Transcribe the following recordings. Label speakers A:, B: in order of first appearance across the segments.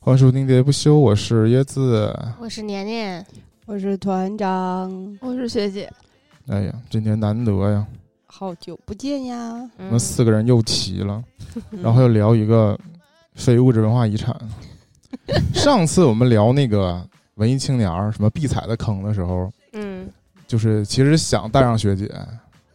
A: 欢迎收听《喋喋不休》，我是椰子。
B: 我是年年，
C: 我是团长，
D: 我是学姐，
A: 哎呀，今天难得呀，
C: 好久不见呀！
A: 我
B: 嗯
A: 们四个人又齐 了，
B: 嗯
A: 然后又聊一个非物质文化遗产。 上次我们聊那个文艺青年儿什么必踩的坑的时候，
B: 嗯，
A: 就是其实想带上学姐，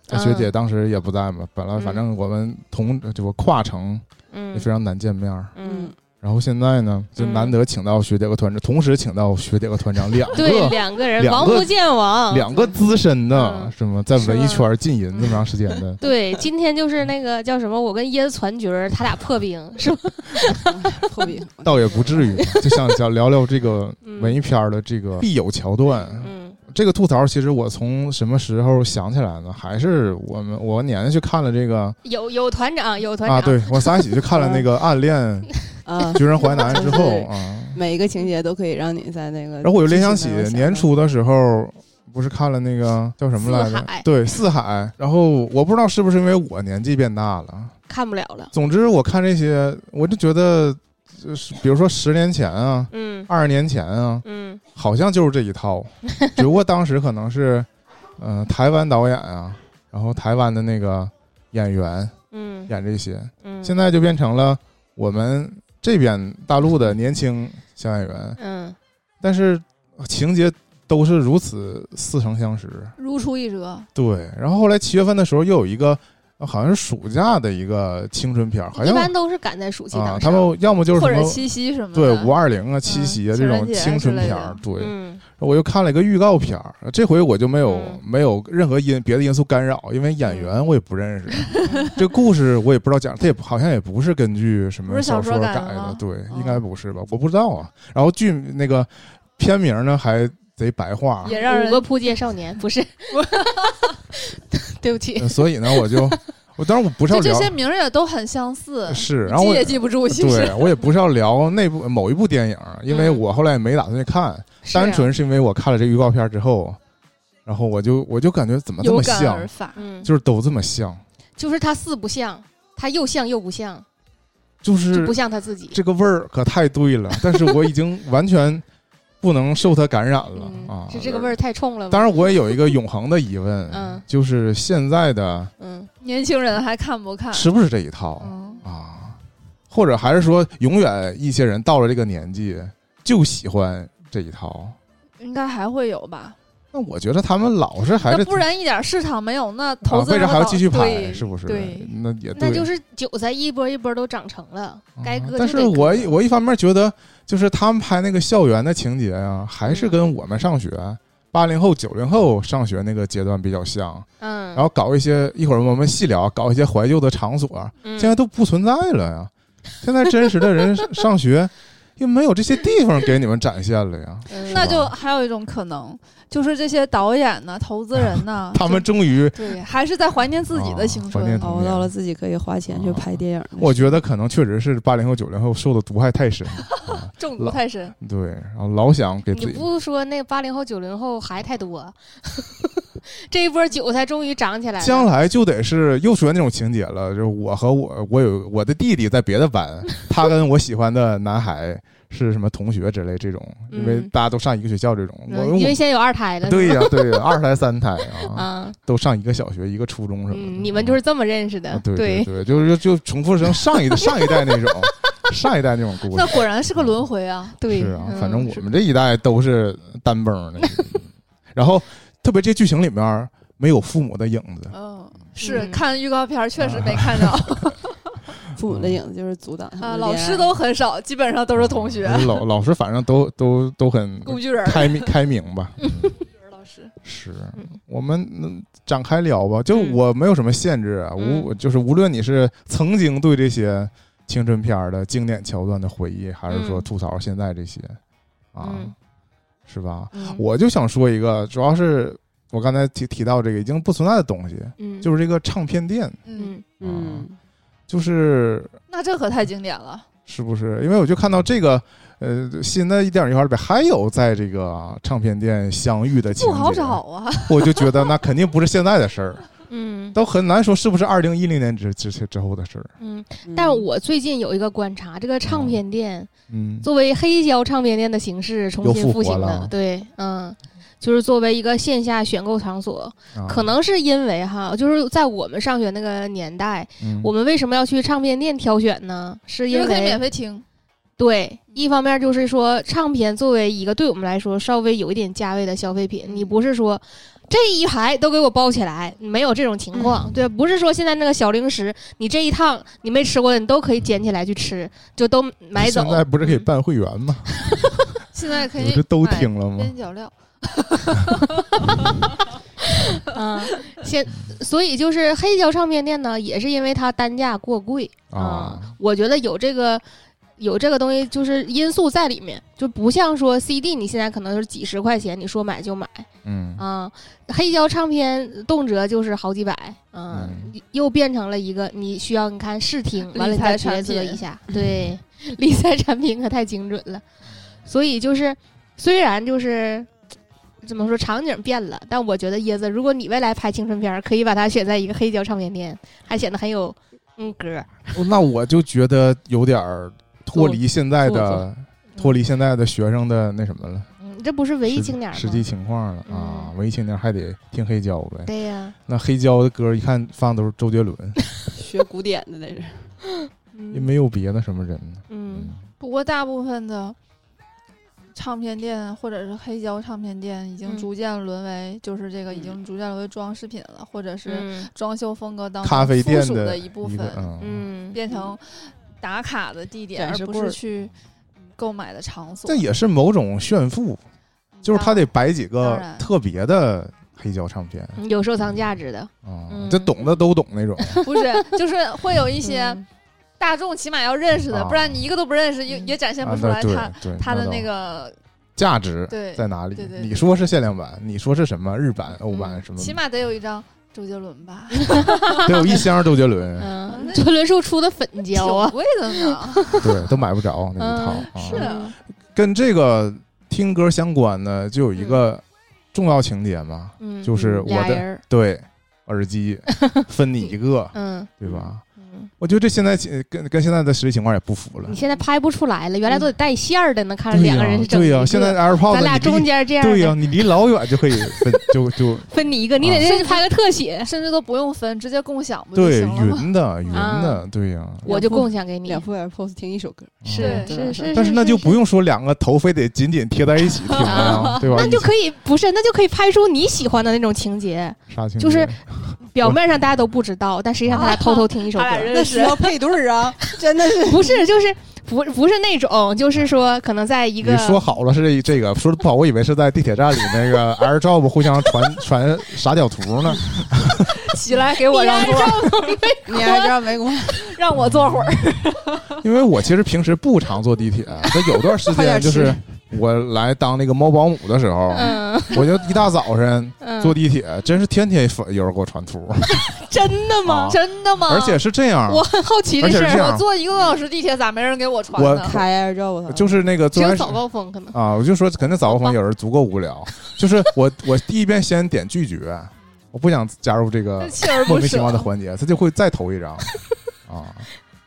A: 但
B: 嗯
A: 学姐当时也不在嘛。本来反正我们同这个跨城也
B: 嗯
A: 非常难见面儿，
B: 嗯，
A: 然后现在呢，就
B: 嗯
A: 难得请到学姐和团长，同时请到学姐和团长两
B: 对，
A: 个。
B: 两个人
A: 两
B: 王
A: 个
B: 不见王，
A: 两个资深的
B: 哦嗯
A: 什么在文艺
B: 是吧
A: 圈儿浸淫这么长时间的，
B: 对，今天就是那个叫什么，我跟椰子团局儿，他俩破冰是吧？
C: 破冰，
A: 倒也不至 于，就想想聊聊这个 文艺片儿的这个必有桥段。
B: 嗯
A: 这个吐槽，其实我从什么时候想起来呢？还是我们我年年去看了这个
B: 有有团长，有团长，
A: 啊，对我仨一起去看了那 个《暗恋
C: 啊，
A: 菊人淮南》之后
C: 是
A: 啊，
C: 每一个情节都可以让你在那个。
A: 然后我就联想起年初的时候。不是看了那个叫什么来
B: 四
A: 着
B: 海？
A: 对，《四海》。然后我不知道是不是因为我年纪变大了，
B: 看不了了，
A: 总之我看这些，我就觉得，就是比如说十年前啊，
B: 嗯
A: 二十年前啊，
B: 嗯
A: 好像就是这一 套，只不过当时可能是，嗯、台湾导演啊，然后台湾的那个演员
B: 嗯
A: 演这些，
B: 嗯，
A: 现在就变成了我们这边大陆的年轻小演员，
B: 嗯
A: 但是情节都是如此似曾相识。
D: 如出一辙。
A: 对，然后后来七月份的时候又有一个，呃好像是暑假的一个青春片儿，好
B: 一
A: 像
B: 般都是赶在暑期
A: 啊
B: 档，
A: 他
B: 上，
A: 们要么就是
D: 或
A: 什
D: 者
A: 么。
D: 七夕什么的，
A: 对五二零啊、七夕啊、
D: 嗯
A: 这种
D: 情人节啊
A: 青春
D: 之类
A: 片
D: 的
A: 儿，对，
B: 嗯
A: 我又看了一个预告片儿，这回我就没有、
B: 嗯
A: 没有任何因别的因素干扰，因为
D: 嗯
A: 演员我也不认 识，这故事我也不知道讲，它也不好像也不是根据什
D: 不
A: 么
D: 是小
A: 说
D: 说改
A: 改
D: 的
A: 的
D: 吗，
A: 对，
D: 哦
A: 应该不是吧？我不知道啊。然后剧那个片名呢还贼白话，
D: 也让人
B: 五个扑街少年不是，对不起，
A: 呃所以呢我 就我当然我不是要
D: 就这
A: 聊
D: 些名儿也都很相似，
A: 是，然后
D: 记
A: 我
D: 也记不住。其实
A: 对我也不是要聊那部某一部电影，因为
B: 嗯
A: 我后来也没打算去看，
B: 是啊
A: 单纯是因为我看了这预告片之后，然后我就我就感觉怎么这
D: 有
A: 么
D: 感
A: 像
D: 而，发，
B: 嗯，
A: 就是都这么像，
B: 就是他四不像，他又像又不像，
A: 就
B: 就是不像他自己，
A: 这个味儿可太对 了，但是我已经完全不能受它感染了啊
B: 嗯，，是这个味儿。太冲了吧，
A: 当然，我也有一个永恒的疑问，
B: 嗯
A: 就是现在的
B: 嗯
D: 年轻人还看不看？
A: 是不是这一套
D: 嗯，
A: 啊？或者还是说，永远一些人到了这个年纪就喜欢这一套？
D: 应该还会有吧？
A: 那我觉得他们老是还
D: 那
A: 是
D: 不然一点市场没有，那投
A: 啊，
D: 资
A: 为
D: 人
A: 啥还要
D: 老
A: 继续拍？
D: 对
A: 是不是？
D: 对，
A: 那也对。
B: 那就是韭菜一波一波都长成了，该割就
A: 嗯但
B: 得
A: 是
B: 割
A: 我一我一方面觉得，就是他们拍那个校园的情节啊，还是
B: 嗯
A: 跟我们上学八零后、九零后上学那个阶段比较像。
B: 嗯，
A: 然后搞一些一会儿我们细聊，搞一些怀旧的场所，啊
B: 嗯
A: 现在都不存在了呀。现在真实的人上学，又没有这些地方给你们展现了 呀。，
B: 嗯
D: 那就还有一种可能，就是这些导演呢、投资人呢
A: 他们终于，
D: 对还是在怀念自己的青
A: 啊怀念
D: 春。
C: 熬哦到了自己可以花钱去拍电影的时候。
A: 哦我觉得可能确实是八零后、九零后受的毒害太深，啊
D: 中
A: 老
D: 毒太深，
A: 对，然后老想给
B: 你
A: 自己
B: 不说那八零后九零后还太多， 这一波韭菜终于长起来
A: 将
B: 了。
A: 来就得是又出现那种情节了，就是我和我我有我的弟弟在别的 班，他跟我喜欢的男孩是什么同学之类这种，
B: 嗯
A: 因为大家都上一个学校这种，我
B: 嗯因为现在有二胎了，
A: 我对呀、对呀、二胎三胎啊，
B: 啊，
A: 都上一个小学一个初中什么的，
B: 嗯，你们就是这么认识的
A: 啊，对对对，就是就重复成上 一上一代那种上一代那种故
D: 那
A: 事，
D: 果然是个轮回啊！
B: 对，
A: 是啊，
B: 嗯
A: 反正我们这一代都是单崩的， 然后特别这剧情里面没有父母的影子。
D: 嗯，是
B: 嗯
D: 看预告片儿确实
A: 啊
D: 没看着
C: 父
A: 嗯
C: 母的影子就是阻挡他们
D: 啊，
C: 的
D: 老
C: 恋爱
D: 师都很少，基本上都是同学
A: 不、是老老师反正都都都很
D: 工具人儿、
A: 开明开明吧。
D: 老师。
A: 是
B: 嗯
A: 我们嗯展开聊吧，就
B: 嗯
A: 我没有什么限制啊，
B: 嗯
A: 无就是无论你是曾经对这些青春片儿的经典桥段的回忆，还是说
B: 嗯
A: 吐槽现在这些啊
B: 嗯，
A: 是吧？
B: 嗯
A: 我就想说一个，主要是我刚才提提到这个已经不存在的东西，
B: 嗯
A: 就是这个唱片店，
D: 嗯，
B: 嗯
A: 哦
C: 嗯，
A: 就是
D: 那这可太经典了。
A: 是不是？因为我就看到这个，呃，新的电影圈里边还有在这个唱片店相遇的情
D: 不
A: 节，
D: 好找啊，
A: 我就觉得那肯定不是现在的事儿，
B: 嗯
A: 都很难说是不是二零一零年之之前之后的事儿。
B: 嗯。
C: 嗯
B: 但我最近有一个观察，这个唱片店
A: 嗯，
B: 作为黑胶唱片店的形式重
A: 又复
B: 新
A: 活
B: 复兴
A: 了
B: 的，对，嗯，就是作为一个线下选购场所，
A: 啊
B: 可能是因为哈，就是在我们上学那个年代，
A: 嗯
B: 我们为什么要去唱片店挑选呢？是
D: 因
B: 因
D: 为可以免
B: 为
D: 费听，
B: 对，一方面就是说，唱片作为一个对我们来说稍微有一点价位的消费品，
D: 嗯
B: 你不是说这一排都给我包起来，没有这种情
D: 嗯
B: 况，对，不是说现在那个小零食，你这一趟你没吃过的，你都可以捡起来去吃，就都买走。
A: 现在不是可以
B: 嗯
A: 办会员吗？
D: 现在可
A: 你
D: 以
A: 不都
D: 买
A: 听了吗？
D: 边角料。
B: 嗯，现所以就是黑胶唱片店呢，也是因为它单价过贵
A: 啊，
B: 嗯我觉得有这个有这个东西就是因素在里面，就不像说 CD，你现在可能是几十块钱，你说买就买
A: 嗯
B: 啊、黑胶唱片动�辄就是好几百，啊
A: 嗯
B: 又变成了一个你需要你看试听，完了
D: 理
B: 你
D: 财
B: 再
D: 产
B: 抉择
D: 品
B: 一下，对， 理财产品可太精准了，所以就是虽然就是。怎么说场景变了，但我觉得椰子，如果你未来拍青春片儿，可以把它选在一个黑胶唱片店，还显得很有嗯格儿。
A: 哦那我就觉得有点儿脱离现在的脱离现在的学生的那什么了，
B: 嗯，这不是文艺
A: 实
B: 青年儿吗？
A: 实际情况了啊，
B: 嗯
A: 文艺青年还得听黑胶呗。
B: 对呀、
A: 那黑胶的歌一看放都是周 杰伦，
C: 学古典的那是，
A: 也
B: 嗯
A: 没有别的什么人。
B: 嗯，
D: 不过大部分的唱片店或者是黑胶唱片店，已
B: 嗯
D: 经逐渐沦为就是这个已
C: 嗯
D: 经逐渐沦为装饰品了，或者是
B: 嗯
D: 装修风格当中
A: 咖啡店
D: 附属的
A: 一
D: 一部
A: 个
D: 分，
A: 嗯，
B: 嗯，
D: 变成打卡的地点，
C: 展
D: 而
C: 示
D: 不
C: 柜
D: 是
C: 儿
D: 去购买的场所啊
A: 这。也是某种炫富，就是他得摆几
D: 当
A: 个
D: 然
A: 特别的黑胶唱片
B: 嗯有收藏价值的。
A: 啊，
B: 嗯
A: 这懂的都懂 那种。
D: 不是，就是会有一些
B: 嗯
D: 大众起码要认识的，
A: 啊
D: 不然你一个都不认识，也也展现
A: 啊
D: 不，出
A: 那
D: 来
A: 对
D: 它
A: 对，
D: 它的
A: 倒
D: 那个
A: 价值
D: 对
A: 在哪里
D: 对对？对
A: 你说是限量版，你说是什么日版、欧版
B: 嗯
A: 什么？
D: 起码得有一张周杰伦吧，
A: 得有一箱周杰伦，
B: 嗯，周伦树出的粉
D: 挺
B: 胶啊，
D: 贵 的呢。
A: 对，都买不着那一套
B: 嗯
A: 啊。
D: 是啊
A: 跟这个听歌相关的，就有
D: 嗯
A: 一个重要情节嘛，
B: 嗯，
A: 就是我
B: 俩人
A: 的
B: 儿，
A: 对耳 机分你一个，
B: 嗯
A: 对吧？
B: 嗯，
A: 我觉得这现在情跟跟现在的实际情况也不符了
B: 你。现在拍不出来了，原来都得带线儿的，能看着
A: 嗯对
B: 两
A: 呀
B: 个人是，整
A: 对
B: 一
A: 呀，
B: 个
A: 现在
B: 咱
A: AirPods
B: 俩中
A: 你离
B: 间这样的
A: 对呀，你离老远就 可以分，就就
B: 分你一个，你
A: 啊
B: 得先拍个特写，
D: 甚至都不用分，直接共享不就
A: 对
D: 行了吗？
A: 云的云的，对呀。
B: 我就共享给你
C: 两。副 AirPods 听一首歌，
B: 嗯是
A: 嗯
C: 对
B: 是是，
A: 但是那就不用说两个头非得紧紧贴在一起听了呀，对吧？
B: 嗯那就可以不是，那就可以拍出你喜欢的那种情节，
A: 以啥情节
B: 就是表面上大家都不知道，但实际上他俩偷偷听 一首歌。
D: 他俩认
C: 那需要配对儿啊，真的是。
B: 不是，就是不不是那种，就是说可能在一
A: 你
B: 个
A: 说好了是这这个，说的不好，我以为是在地铁站里那个 AirDrop 互相传传傻屌图呢。
D: 起来给我让座，
C: 你还知道没工 夫？
D: 让我坐会儿。
A: 因为我其实平时不常坐地铁，但有段时
C: 快
A: 间
C: 点
A: 就
C: 吃
A: 是我来当那个猫保姆的时候，
B: 嗯
A: 我就一大早晨
B: 嗯，
A: 坐地铁，真是天天有人给我传图，
B: 真的吗？
A: 啊
D: 真的 吗？
A: 而且是这样
B: 我，很好奇这
A: 而且
B: 事
A: 是这
B: 儿，
A: 样
D: 我坐一个多小时地铁，咋没人给我传
A: 我
D: 呢？
C: 开 AirDrop
A: 就是那个
B: 只
A: 坐
B: 有
A: 完
B: 早高峰可能。
A: 啊，我就说肯定早高峰有人足够无聊，就是我我第一遍先点拒绝，我不想加入这个
D: 锲而
A: 莫
D: 嗯不
A: 名其
D: 舍
A: 妙的，环节，他就会再投一张啊。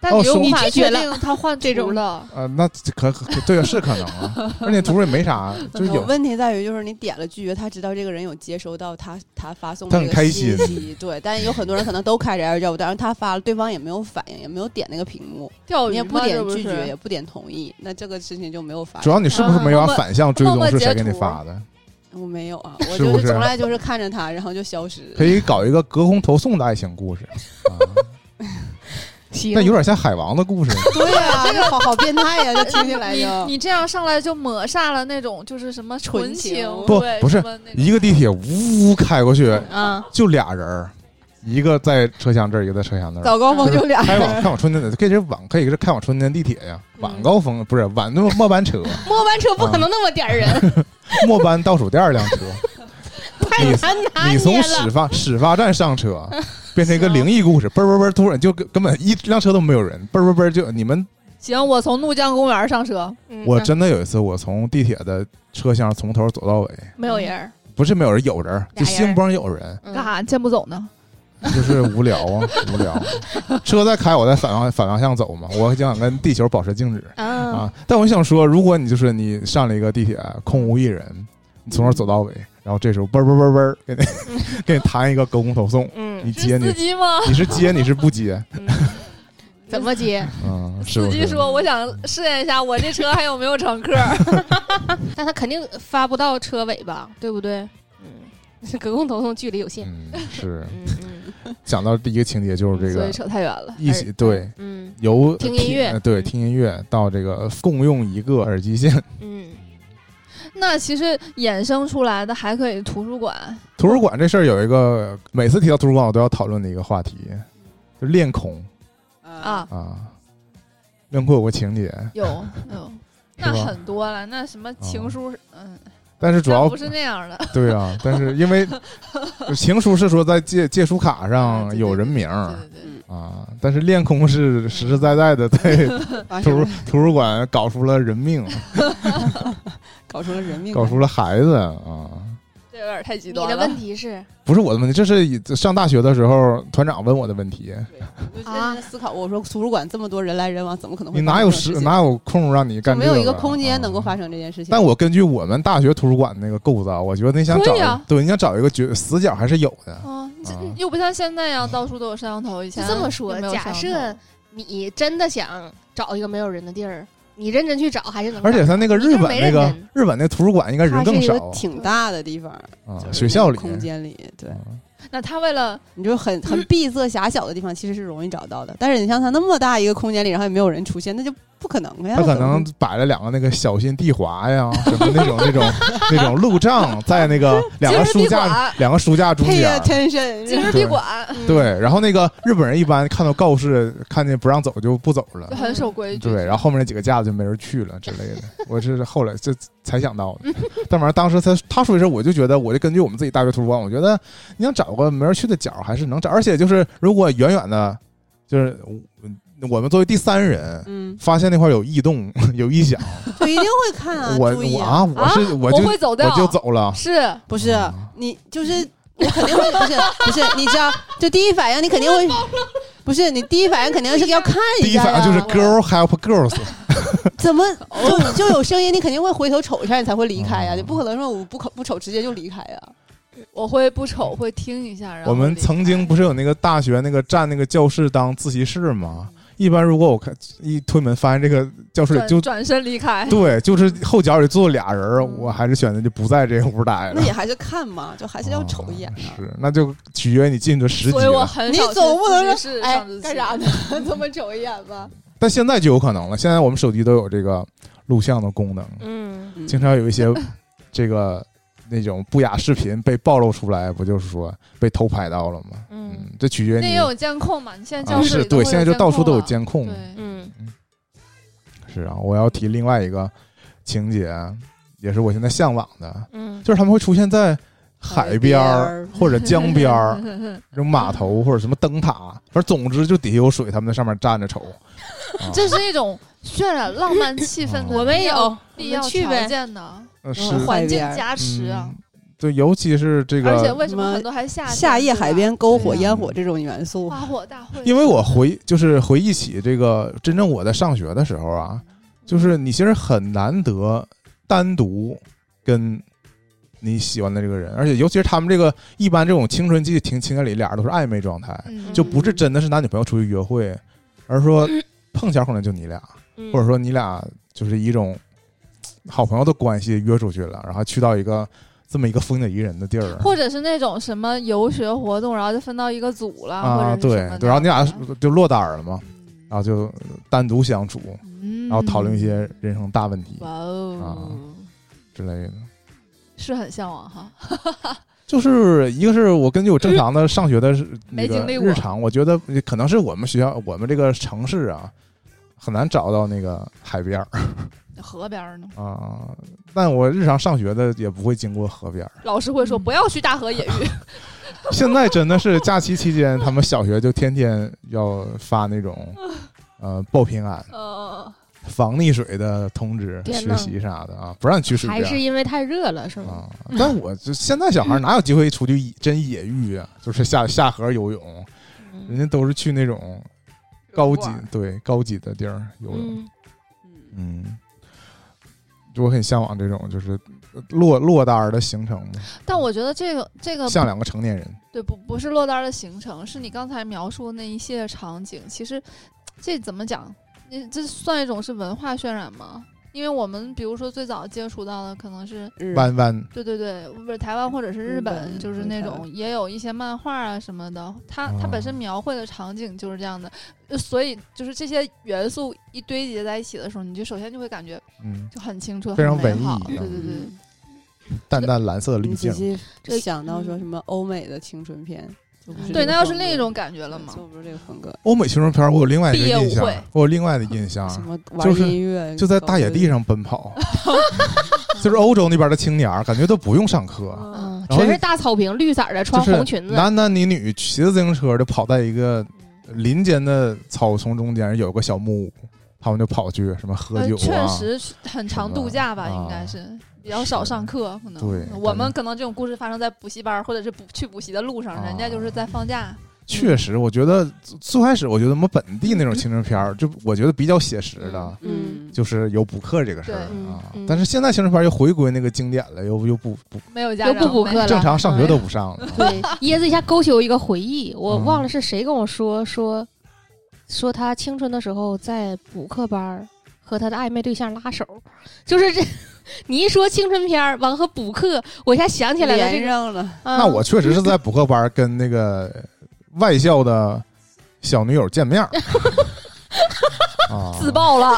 D: 但
A: 哦
D: 你又
A: 收
D: 无法
B: 你拒绝
D: 确
B: 了
D: 定他换
B: 这
D: 图
B: 种
D: 了。
A: 呃，那这可可对啊，是可能啊，而且图也没啥，就是有
C: 问题在于，就是你点了拒绝，他知道这个人有接收到他他发送
A: 他
C: 的
A: 很
C: 这
A: 开
C: 个信息，对。但有很多人可能都开着 AirDrop，但是他发了，对方也没有反应，也没有点那个屏幕，
D: 钓
C: 你
D: 鱼
C: 也
D: 吗？
C: 不点
D: 哦这不
C: 拒绝，
D: 是
C: 也不点同意，那这个事情就没有发
A: 主
C: 生。
A: 要你是不是没法
D: 啊
A: 反向追踪
D: 默默
A: 是谁
D: 截
A: 给你
D: 图
A: 发的？
C: 我没有啊，
A: 是
C: 我
A: 不
C: 就是是从来就是看着他，然后就消失。
A: 可以搞一个隔空投送的爱情故事，啊，
B: 行
A: 那有点像海王的故事。
C: 对啊，这个好好变态呀、这听起来就
D: 你你这样上来就抹煞了那种就是什么
C: 纯
D: 情
C: 情，
A: 不
D: 对
A: 不是
D: 什么那种
A: 一个地铁呜呜开过去，
B: 啊，
A: 就俩人儿，一个在车厢这儿，一个在车厢那儿。
C: 早高峰就俩
A: 开往
C: 人
A: 开往春天的，可以是晚，可以是开往春天地铁呀。晚高峰不是晚末末班车，
B: 末班车不可能那么点儿人，
A: 末班倒数第二辆车，
B: 太难拿
A: 你
B: 捏
A: 从始
B: 了。
A: 发始发站上车，变成一个灵异故事，嘣嘣嘣，突然就根根本一辆车都没有人，嘣嘣嘣就你们
D: 行，我从怒江公园上车，
B: 嗯
A: 我
B: 嗯
A: 真的有一次，我从地铁的车厢从头走到尾，
B: 没有人儿，
A: 不是没有人，有人，
B: 俩人
A: 就兴邦有人，
B: 嗯
D: 干啥？见不走呢？
A: 就是无聊啊，无聊。车在开，我在反方反方向走嘛，我想跟地球保持静止
D: 嗯
B: 啊，
A: 啊。但我想说，如果你就是你上了一个地铁，空无一人，你从头走到尾，然后这时候嘣嘣嘣嘣，给 你给你弹一个隔空投送，你
B: 嗯，
A: 接
D: 是司
A: 你
D: 机吗？
A: 你是接你是不 接？
B: 嗯怎么接？
A: 嗯，是
D: 司
A: 不
D: 机
A: 是？
D: 说：“我想试验一下，我这车还有没有乘客？
B: 但他肯定发不到车尾吧，对不对？嗯， 隔空投送距离有限。
A: 嗯，是。
B: 嗯嗯，
A: 讲到第一个情节就是 这
D: 所以
A: 个
D: 扯太远了。
A: 一起对
B: 嗯
A: 由
B: 听音乐
A: 呃对
B: 嗯
A: 听音乐到这个共用一个耳机线，
B: 嗯，
D: 那其实衍生出来的还可以图书馆，
A: 图书馆这事儿有一个，每次提到图书馆，我都要讨论的一个话题，就恋恐
D: 啊
A: 啊。恋恐有个情节，
D: 有有，那
A: 吧
D: 很多了。那什么情书，嗯，
A: 但是主
D: 那
A: 要
D: 不是那样的。
A: 对啊，但是因为情书是说在借借书卡上
D: 对
A: 有人名儿
D: 对对对，
A: 啊，但是恋恐是实实在在的在
C: 发
A: 图
C: 生
A: 书图书馆搞出了人命，
C: 搞出了人命，
A: 搞出了孩子啊。
D: 这有点太极
B: 你
D: 端了。
B: 的问题是
A: 不是我的问题，这是以上大学的时候团长问我的问题。
C: 我就
B: 啊
C: 认真思考过，我说图书馆这么多人来人往，怎么可能会
A: 你
C: 发生
A: 哪
C: 这
A: 有
C: 种事
A: 时
C: 情？
A: 哪有空让你
C: 就
A: 干这
C: 没
A: 个？
C: 有一个空间能够
A: 啊
C: 发生这件事情？
A: 但我根据我们大学图书馆那个构造，我觉得你想找
D: 对呀
A: 对你想找一个角死角还是有的。
D: 啊，这
A: 啊
D: 又不像现在一样到处都有摄像头。以前
B: 就这么说
D: 也没，有摄
B: 假
D: 像头
B: 设你真的想找一个没有人的地儿，你认真去找还是能找。
A: 而且他那个日
B: 你这
A: 本
B: 没
A: 那个
B: 人
A: 日本那图书馆应该人
C: 它是
A: 更
C: 一个
A: 少
C: 挺大的地方，
A: 哦啊
C: 就，是
A: 学校
C: 那
A: 里嗯
C: 个空间里，对，
D: 那他为了
C: 你就很很闭塞狭小的地方，其实是容易找到的。但是你像它那么大一个空间里，然后也没有人出现，那就不可能呀。
A: 他可
C: 怎么
A: 能摆了两个那个小心地滑呀，什么那种那 种那种路障在那个两个书
D: 今日地
A: 架
D: 滑
A: 两个书架中
C: ，pay
A: 间。
D: 今
C: attention，
D: 日
A: 对
D: 闭馆，
B: 嗯，
A: 啊对，然后那个日本人一般看到告示，看见不让走就不走了
D: 就。很守规矩。
A: 对，然后后面那几个架子就没人去了之类的。我这是后来这才想到的，但反正当时他他说这事，我就觉得，我就根据我们自己大学图书馆，我觉得你想找个没人去的角儿还是能找，而且就是如果远远的，就是我我们作为第三人。
C: 嗯，
A: 发现那块有异动、 有异响，
C: 就一定会看啊，
A: 我
C: 注意
A: 我啊，我是、我
D: 我
A: 就
D: 会走掉，
A: 我就走 了，
D: 是
C: 不是你就是我肯定会不是不是，你知道，就第一反应你肯定会不是你第一反应肯定是要看
A: 第
C: 一
A: 一
C: 下
A: 反应
C: 呀，
A: 就是 girl help girls，
C: 怎么 就就有声音，你肯定会回头瞅一下，你才会离开呀，
A: 嗯
C: 你不可能说我不瞅不瞅直接就离开呀。
D: 我会不瞅，会听一下。然后
A: 我们曾经不是有那个大学那个占那个教室当自习室吗？一般如果我看一推门发现这个教室
D: 离
A: 里
D: 开
A: 就
D: 转转身离 开，
A: 对，就是后脚里坐俩人儿，
D: 嗯
A: 我还是选择就不在这屋待了
C: 那。也还是看嘛，就还是要瞅一眼
A: 啊
C: 啊。
A: 是，那就取决于你进去的时机
D: 所以我
A: 了。
D: 很
C: 你
D: 少
C: 总不能说
D: 是
C: 哎
D: 上自习
C: 干啥呢？ 这么瞅一眼吧。
A: 但现在就有可能了，现在我们手机都有这个录像的功能，
B: 嗯，
C: 嗯
A: 经常有一些 这个那种不雅视频被暴露出来，不就是说被偷拍到了吗？
B: 嗯
A: 嗯，这取决于
D: 那也
A: 你。
D: 有监控嘛？你现在
A: 啊，
D: 教室
A: 是
D: 里都会
A: 对，
D: 有
A: 现在就到处都有监控
D: 控了。。对，
B: 嗯
A: 是啊，我要提另外一个情节，也是我现在向往的，
B: 嗯，
A: 就是他们会出现在海边
C: 海边
A: 儿
C: 儿
A: 或者江边儿、 这种码头或者什么灯塔，反正总之就底下有水，他们在上面站着瞅。啊
D: 这是一种渲染浪漫气氛的
A: 我
B: 们有
D: 必要必要
B: 我们去呗
D: 条件的
A: 呃是
C: 嗯
D: 环
C: 海
D: 境
C: 边
D: 加持啊
A: 嗯。对，尤其是这
D: 而且
A: 个，
D: 为什么
C: 什么
D: 很多还夏天
C: 夏嗯夜海边篝火、
D: 对啊
C: 烟火这种元素，
D: 花火大会？嗯
A: 因为我回就是回忆起这个真正我在上学的时候啊，
D: 嗯
A: 就是你其实很难得单独跟你喜欢的这个人，而且尤其是他们这个一般这种青春期情情节里，俩人都是暧昧状态，
D: 嗯
A: 就不是真的是男女朋友出去约会，而是 说碰巧可能就你俩。
B: 嗯
A: 或者说你俩就是一种好朋友的关系约出去了，然后去到一个这么一个风景宜人的地儿，
D: 或者是那种什么游学活动，然后就分到一个组了，
A: 啊，
D: 或者是什
A: 对
D: 么的嗯
A: 对，然后你俩就落单儿了嘛，然后就单独相处，
D: 嗯
A: 然后讨论一些人生大问题
D: 哇哦，
A: 之类的。
D: 是很向往哈。
A: 就是一个是我根据我正常的上学的日那
D: 没
A: 个
D: 经历过
A: 日常，我觉得可能是我们学校我们这个城市啊。很难找到那个海边儿
D: 河边儿呢，
A: 啊、但我日常上学的也不会经过河边儿。
D: 老师会说不要去大河野 浴，
A: 现在真的是假期期间，他 们小学就天天要发那种，呃，报平安，
D: 呃，
A: 防溺水的通知、
B: 天
A: 实
B: 呐
A: 习啥的啊，不让你去水
B: 还
A: 边
B: 是
A: 儿
B: 因为太热了，是吗？
A: 啊。但我就现在小孩哪有机会出去野真野浴 啊？就是下下河游泳，
B: 嗯
A: 人家都是去那种高级对高级的地儿游泳。
B: 嗯，
C: 嗯
A: 嗯，我很向往这种就是落落单儿的行程嘛，
D: 但我觉得这个这个
A: 像两个成年人。
D: 对不不是落单儿的行程，是你刚才描述那一系列场景。其实这怎么讲？你这算一种是文化渲染吗？因为我们比如说最早接触到的可能是
C: 日
A: 弯弯，
D: 对对对，不是台湾或者是日
C: 日
D: 本，
C: 本
D: 就是
C: 对
D: 那
C: 台
D: 种也有一些漫画啊什么的，它它
A: 哦
D: 本身描绘的场景就是这样的，呃所以就是这些元素一堆叠在一起的时候，你就首先就会感觉
A: 嗯，
D: 就很青春，
A: 非常
D: 很美
A: 文艺
D: 好，
A: 啊
D: 对对对，
C: 嗯
A: 淡淡蓝色
B: 嗯
A: 滤
C: 你
A: 镜
C: 仔，细
B: 这
C: 想到说什么欧美的青春片，就不是
D: 对，
C: 这个
D: 那要是
C: 风
D: 另一
C: 格
D: 种感觉了嘛，
C: 做不出这个风格。
A: 欧美青春片儿，我有另外一个
D: 毕业舞
A: 印象
D: 会，
A: 我有另外的印象，
C: 什么
A: 啊就
C: 玩
A: 是
C: 音乐，
A: 就在大野地上奔跑， 就是欧洲那边的青年儿，感觉都不用上课，
C: 嗯，
B: 嗯，
A: 然后
B: 全是大草坪，绿色的，穿
A: 就是
B: 红裙子，
A: 男男女女骑着自行车就跑在一个林间的草丛中间，有个小木屋，他们就跑去什么喝
D: 呃
A: 酒
D: 确
A: 啊，
D: 实是很常度假吧，
A: 什么啊
D: 应该是。比较
A: 是
D: 少上课，可能
A: 对
D: 我
A: 感
D: 们
A: 觉
D: 可能这种故事发生在补习班儿或者是补去补习的路上，人家就是
A: 啊
D: 在放假。
A: 确实，我觉得最最开始我觉得我们本地那种青春片儿，就我觉得比较写实的，
C: 嗯，
A: 就是有补课这个事儿
D: 对
B: 嗯
A: 啊
B: 嗯。
A: 但是现在青春片儿又回归那个经典了，又又不不
D: 没有家
B: 都
D: 长，
B: 不补
D: 没
B: 课了，
A: 正常上学
B: 嗯
A: 都不上了。
B: 对， 椰子一下勾起我一个回忆，我
A: 嗯
B: 忘了是谁跟我说说说他青春的时候在补课班儿和他的暧昧对象拉手，就是这。你一说青春片儿完和补课，我一下想起来了这
C: 连
B: 个。
C: 上了，
D: 嗯
B: 那
A: 那我确实是在补课班儿跟那个外校的小女友见面 儿。啊，
D: 自 爆了，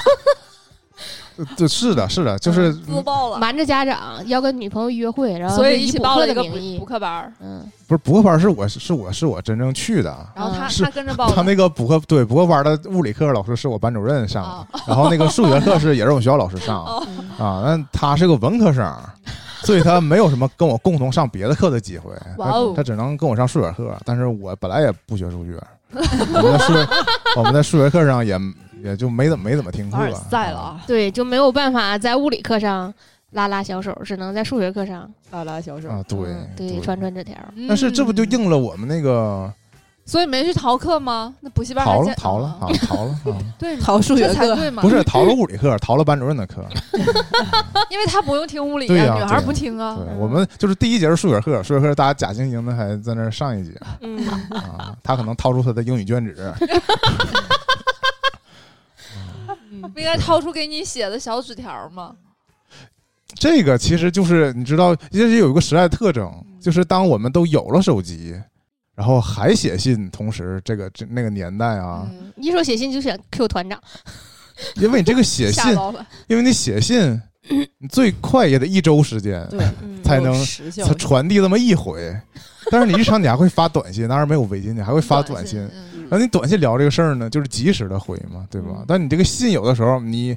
A: 呃对，是的，是的，就是
D: 自爆了，
B: 瞒着家长要跟女朋友约会，然后
D: 所
B: 是
D: 以一
B: 以
D: 起
B: 补
D: 报
B: 课
D: 了一
B: 的
D: 个
B: 名
D: 补
B: 义
D: 补，课班儿，
B: 嗯，
A: 不是补课班儿是我是我是我真正去的。啊
D: 然后他
A: 是
D: 他跟着报
A: 嗯他
D: 了，
A: 那个补课对补课班儿的物理课老师是我班主任上
D: 哦
A: 的，然后那个数学课是也是我们学校老师上的
D: 哦
B: 嗯
A: 啊。那他是个文科 生，所以他没有什么跟我共同上别的课的机会。
D: 哇哦
A: 他他只能跟我上数学课，但是我本来也不学 数学，我们在数学我们在数学课上也也就没怎么没怎么听课
D: 凡尔。赛了啊！
B: 对，就没有办法在物理课上拉拉小手，只能在数学课上
C: 拉拉小手，
A: 啊，对
B: 嗯对传传纸条。
A: 但是这不就
D: 嗯？
A: 应了我们那个
D: 所以没去逃课吗？那补习嗯班还
A: 逃了
D: 见
A: 逃了啊
D: 啊
A: 逃了啊，
D: 对，
C: 逃数学
D: 这才
C: 课，
D: 对嘛，
A: 不 是逃了物理课，逃了班主任的课。
D: 因为他不用听物理
A: 对呀
D: 女孩
A: 对
D: 不听啊。
A: 对，我们就是第一节是数学课，数学课大家假惺惺的还在那儿上一节
B: 嗯，
A: 啊，他可能掏出他的英语卷纸，
D: 不应该掏出给你写的小纸条吗？
A: 这个其实就是你知道，这是有一个时代特征，就是当我们都有了手机，然后还写信，同时这个这那个年代啊，
D: 嗯，
B: 一说写信就想 Q 团长，
A: 因为你这个写
D: 吓
A: 信，
D: 到了。
A: 因为你写信，你最快也得一周时间
C: 对，
B: 嗯，
A: 才能
C: 有时效
A: 才传递这么一回，但是你日常你还会发短信，当然没有微信，你还会发短信。
D: 嗯
A: 然后你短信聊这个事儿呢，就是及时的回嘛，对吧？
B: 嗯
A: 但你这个信有的时候你。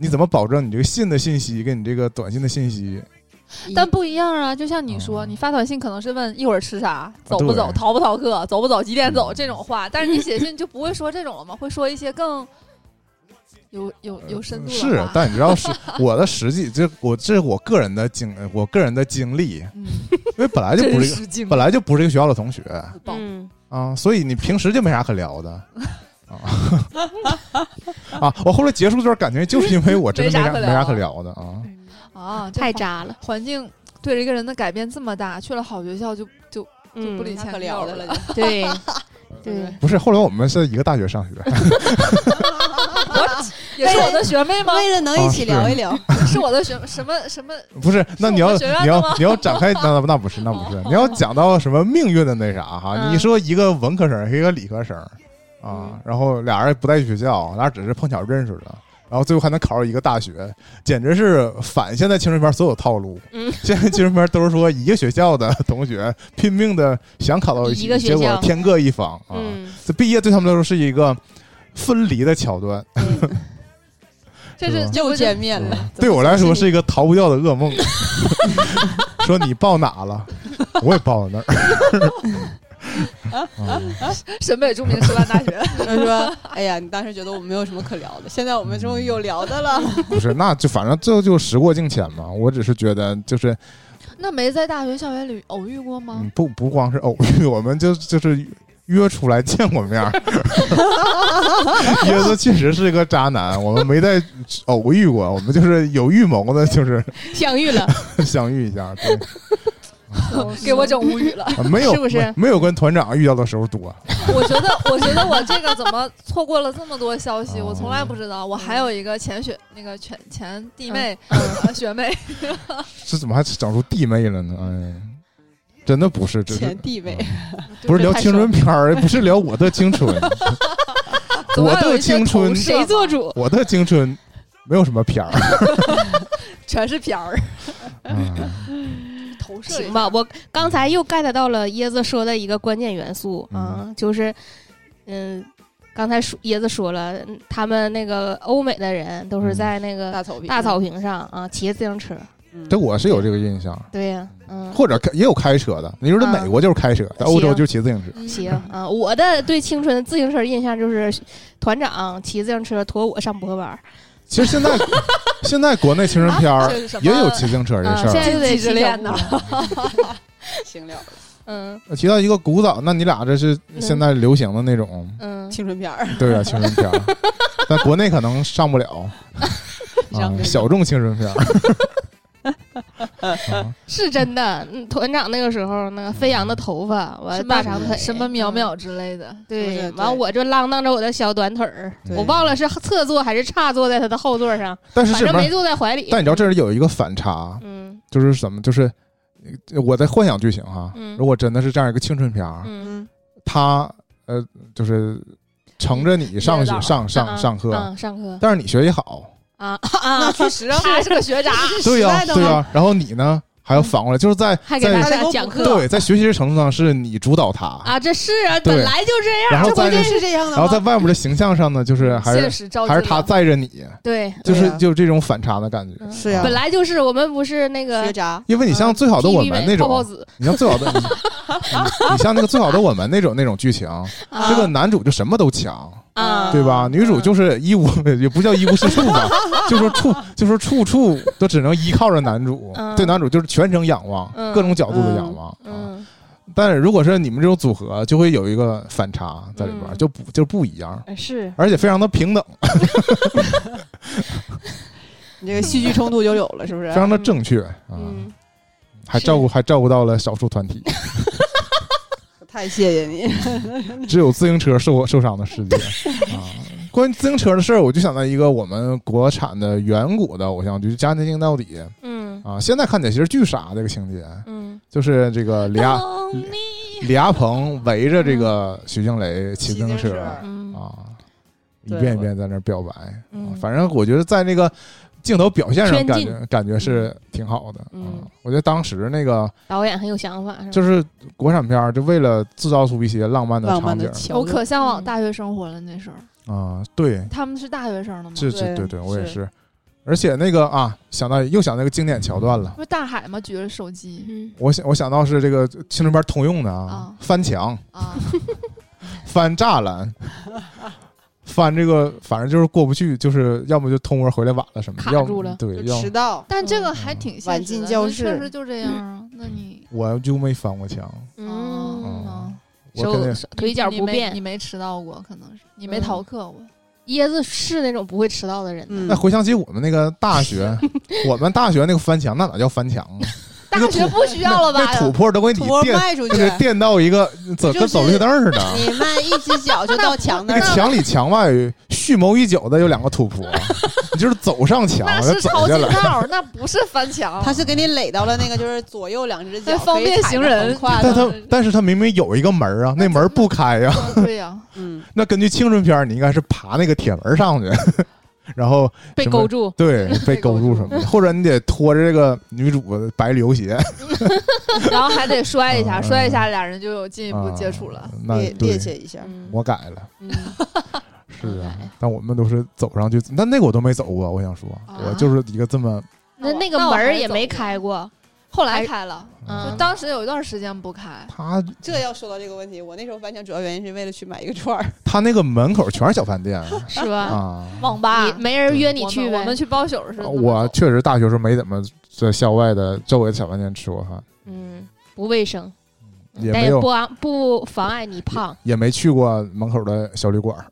A: 你怎么保证你这个信的信息跟你这个短信的信息
D: 但不一样啊，就像你说，
A: 嗯
D: 你发短信可能是问一会儿吃啥，走不
A: 对嗯
D: 走，逃不逃课，走不走，几点走这种话，但是你 写信就不会说这种了吗？会说一些更有有有深度
A: 呃是
D: 的话。，
A: 但你知道 是我的实际，这我这是我个人的经，我个人的经历，
D: 嗯，
A: 因为本来就不
D: 真
A: 是一个
D: 实劲
A: 本来就不是一个学校的同学
D: 爆
B: 嗯，
A: 啊，所以你平时就没啥可聊 的。啊啊！ 我后来结束这段感情，就是因为我真的没啥
D: 没啥可
A: 没
D: 聊啊
A: 啥可聊的啊。
D: 啊，这
B: 太
D: 环
B: 渣了，
D: 环境对一个人的改变这么大，去了好学校就
B: 嗯
D: 就不理
C: 那
D: 前
C: 可
D: 女
C: 聊
D: 友
C: 的
D: 了。
C: 了，
B: 对
C: 对
B: 对
C: 不对，
A: 不是，后来我们是一个大学上学，
D: 也是我的学妹 吗？
C: 为了能一起聊一
A: 啊
C: 聊，
D: 是我的学什么什么？
A: 不是？那你要
D: 是我们学院的
A: 你要
D: 吗
A: 你要展开，那那不是那不是，你要讲到什么命运的那啥哈？
B: 嗯
A: 你说一个文科生，一个理科生啊
B: 嗯，
A: 然后俩人不在学校，俩人只是碰巧认识了。然后最后还能考上一个大学，简直是反现在青春片所有套路。
B: 嗯
A: 现在青春片都是说一个学校的同学拼命的想考到一起，
B: 一个学
A: 结
B: 校
A: 果天各一方啊。
B: 嗯，
A: 这毕业对他们来说是一个分离的桥段，
D: 这是这
C: 又
D: 不是
C: 见面了。怎么
A: 对我来说
C: 总
A: 是一个逃不掉的噩 梦。 说你报哪了？我也报了那儿。 嗯
D: 沈北著名师范大学，
C: 他说：“哎呀，你当时觉得我们没有什么可聊的，现在我们终于有聊 的了。
A: 不是，那就反正最后就时过境迁嘛。我只是觉得，就是
D: 那没在大学校园里偶遇过吗
A: 嗯，？不不光是偶遇，我们就就是约出来见过面儿。 椰子确实是个渣男，我们没在偶遇过，我们就是有预谋的，就是
B: 相遇了，
A: 相遇一下。对，
D: 给我整无语了。
A: 啊没有
B: 是不是
A: 没没有跟团长遇到的时候多。
D: 我觉得，我觉得我这个怎么错过了这么多消息？
A: 哦
D: 我从来不知道。我还有一个前学那个前前弟妹、呃学 妹，
A: 这怎么还整出弟妹了呢？哎，真的不是，”这
C: 前弟妹，
A: 不是聊青春片儿，不是聊我的青春，
D: 总
A: 我
D: 要有
A: 的
D: 一些
A: 青春
D: 投，射
B: 谁做主？
A: 我的青春没有什么 片儿。
D: 全是片儿
A: 嗯
D: 投射一下
B: 行吧，我刚才又 get 到了椰子说的一个关键元素啊、就是，嗯，刚才说椰子说了，嗯他们那个欧美的人都是在那个
C: 大草坪，
B: 大草坪上啊骑着自行车，
C: 嗯，
A: 这我是有这个印象，
B: 对呀、嗯，
A: 或者开也有开车的。你说这
B: 嗯
A: 美国就是开车，在欧洲就是骑自行车。
D: 嗯
B: 行啊、我的对青春自行车印象就是团长骑自行车驮我上博玩儿，
A: 其实现在 现在国内青春片儿
D: 这啊是什么
A: 也有骑自行车这
B: 啊、
A: 事
B: 现
A: 儿。
B: 在就得
D: 禁忌之
B: 骑
D: 恋
B: 呢
D: 呢，
C: 行了，
B: 嗯
A: 提到一个古早，那你俩这是
D: 嗯
A: 现在流行的那种，
B: 嗯，
C: 青春片儿，
A: 对啊，青春片 儿，但国内可能上不 了。
C: 上
A: 啊
C: 不，了
A: 小众青春片儿 啊，
B: 是真的。嗯团长那个时候那个飞扬的头发，完
D: 什
B: 了
D: 么
B: 大长腿，
D: 什么淼
B: 嗯
D: 淼之类的，
C: 是不
B: 对，
C: 是
B: 完
C: 对
B: 我就浪荡着我的小短腿儿，
A: 对
B: 我忘了是侧坐还是叉坐在他的后座上，
A: 但是
B: 反
A: 这
B: 正
A: 边
B: 没坐在怀里。
A: 但你知道这是有一个反差，
B: 嗯
A: 就是什么？就是呃我在幻想剧情哈，
B: 嗯
A: 如果真的是这样一个青春片儿，
B: 嗯，
C: 嗯，
A: 他呃就是乘着你上
D: 嗯
A: 学上
B: 啊
A: 上上课，
B: 嗯，上课
A: 但是你学习好，
B: 啊
C: 那
B: 啊，
C: 确实啊，
B: 他是个学渣，
A: 对呀
C: 时代的
A: 对
C: 吗
A: 呀，然后你呢还要反过来，就是在
B: 嗯还给
A: 在
B: 大家讲课
A: 对在学习的程度上是你主导他，
B: 啊，这是啊，
A: 对
B: 本来就这样，
A: 然后
C: 这不
A: 在
C: 就。是这样的
A: 然后在
C: 吗？
A: 外面的形象上呢，就是还
D: 现
A: 是
D: 实照
A: 还是
D: 进
A: 他
D: 了
A: 载着你，
B: 对，啊
A: 就是
C: 对呀
A: 就这种反差的感觉。
B: 嗯
C: 是呀
B: 本来就是我们不是那
C: 学
B: 个
C: 渣，
A: 因为你像
B: 嗯
A: 最好的我
B: TV
A: 们
B: 美
A: 那种
B: 泡泡，子
A: 你像最好 的，你你你像那个最好的我们那种那种剧情，
B: 啊
A: 这个男主就什么都强，
B: 啊，
A: 对吧？女主就是一无 也不叫一无是处 吧，就说处就说处处都只能依靠着男主
B: 嗯，
A: 对男主就是全程仰望，
B: 嗯
A: 各种角度的仰望。啊
B: 嗯，
A: 但是如果是你们这种组合，就会有一个反差在里边儿，
B: 嗯
A: 就不就不一样，
B: 哎是
A: 而且非常的平等，
C: 你这个戏剧冲突就有了，是不是
A: 非？常的正确啊，
B: 嗯，
A: 还照顾还照顾到了少数团体，
C: 太谢谢你，
A: 只有自行车受受伤的世界啊。关于自行车的事儿，我就想到一个我们国产的远古的偶像剧《就是《家庭进到底》
B: 嗯
A: 啊，现在看起来其实巨傻这个情节，
B: 嗯，
A: 就是这个李
C: 哦
A: 亚
B: 懂你
A: 李亚鹏围着这个徐静蕾骑自行
C: 骑自
A: 车
C: 行车
B: 嗯
A: 啊，一
C: 对
A: 遍一遍在那儿表白、啊
B: 嗯，
A: 反正我觉得在那个镜头表现上，
B: 圈
A: 感
B: 禁
A: 觉感觉是挺好的。
B: 嗯
A: 啊，我觉得当时那个
B: 导演很有想法，是吧
A: 就是国产片儿，就为了制造出一些浪漫的
C: 浪
A: 场
C: 漫
A: 景
C: 的桥
D: 我
C: 段，
D: 可向往
B: 嗯
D: 大学生活了。那时候
A: 啊，对，
D: 他们是大学生了吗？
A: 是是，
C: 对
A: 对对，我也
C: 是
A: 是。而且那个啊，想到又想那个经典桥段了，
D: 不是大海吗？举着手机
B: 嗯
A: 我想我想到是这个青春片通用的啊
D: 啊，
A: 翻墙、
D: 啊，
A: 翻栅栏、翻这个，反正就是过不去，就是要么就偷摸回来晚了什么，
B: 卡
A: 要么
B: 住了
A: 对，
C: 就
A: 要
C: 迟
A: 么
C: 到，
D: 但这个还挺现
C: 晚
D: 实
C: 进
D: 的，
C: 教
D: 那
C: 室
D: 确实就这样啊。那你
A: 我就没翻过墙，
B: 嗯。
A: 哦
D: 嗯，
A: 我肯定
B: 手手腿脚
D: 你
B: 不
D: 没你
B: 便。
D: 没迟到过，可能是你没
B: 嗯
D: 逃课过。
B: 椰子是那种不会迟到的人的，
A: 那
C: 嗯，
A: 回想起我们那个大学，我们大学那个翻墙，那哪叫翻墙啊？那
B: 大
A: 个
B: 学
A: 土
B: 不需要了吧？
A: 那土坡都给你
C: 土拨
A: 垫，
C: 卖出去
A: 就，给垫到一个走
C: 就是
A: 跟走绿灯似的。
C: 你迈一只脚就到墙那
A: 那个
C: 儿了，
A: 墙里墙外蓄谋已久的有两个土 坡，你就是走上墙，
D: 那
A: 再
D: 是
A: 走
D: 抄
A: 下
D: 近
A: 来。
D: 道，那不是翻墙。
C: 他是给你垒到了那个，就是左右两只脚，
D: 方
C: 可以
D: 便
C: 踩
D: 行
C: 得
D: 人
C: 横跨
A: 但
C: 的，
A: 他但是他明明有一个门儿啊，那门儿不开呀、
D: 嗯对呀，
C: 嗯，
A: 那根据青春片儿，你应该是爬那个铁门上去， 然后
B: 被
A: 什么
B: 勾住，
A: 对被
D: 被
A: 勾
D: 勾
A: 住
D: 住
A: 什么的，或者你得拖着这个女主的白旅游鞋，
D: 然后还得摔一下，
A: 嗯
D: 摔一下俩人就有进一步
A: 啊
D: 接触了。。
A: 那
C: 趔趔
A: 对，
C: 趄一下，
B: 嗯
A: 我改了，
C: 嗯，
A: 是啊
B: 我
D: 哎
B: 改。
A: 但我们都是走上去，但那个我都没走过。我想说，
D: 啊
A: 我就是一个这么
B: 那
D: 我
B: 那个
D: 那我
B: 门儿
D: 还
B: 也
D: 走
B: 没
D: 过
B: 开过，
D: 后来开了，
B: 嗯
D: 就当时有一段时间不开。
A: 他
C: 这要说到这个问题，我那时候翻墙主要原因是为了去买一个串儿，
A: 他那个门口全是小饭 店
B: 是吧？
A: 啊。
D: 网吧
B: 你没人约你
D: 我
B: 去
D: 们
B: 呗？
D: 我们去包宿是那么走。
A: 呃我确实大学时候没怎么在校外的周围的小饭店吃过饭，
B: 嗯，不卫生，
D: 嗯
A: 也
B: 但
A: 没
B: 也
A: 有
B: 不啊不妨碍你胖。
A: 也没去过门口的小旅馆儿。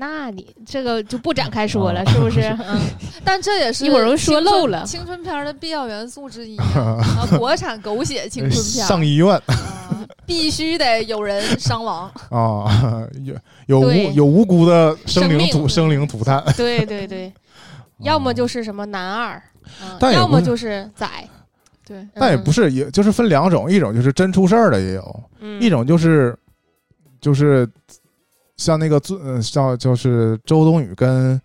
B: 那你这个就不展开说
A: 啊
B: 了，是 不是？嗯，
D: 但这也是
B: 一会儿又说漏了
D: 青春青春片儿的必要元素之一啊！国产狗血 青春片儿，
A: 上医院
D: 啊必须得有人 伤亡。
A: 啊，有有无
B: 对
A: 有无辜的生
B: 生
A: 灵
B: 命
A: 涂生灵涂炭，
B: 对对对，要么就是什么男二，嗯
A: 哦但也
B: 要
A: 不
B: 么
A: 是
B: 就是嗯仔，
D: 对，
A: 但也不
B: 是
A: 是，也就是分两种，一种就是真出事儿的也有，
B: 嗯
A: 一种就是就是像那个最呃像就是周冬雨跟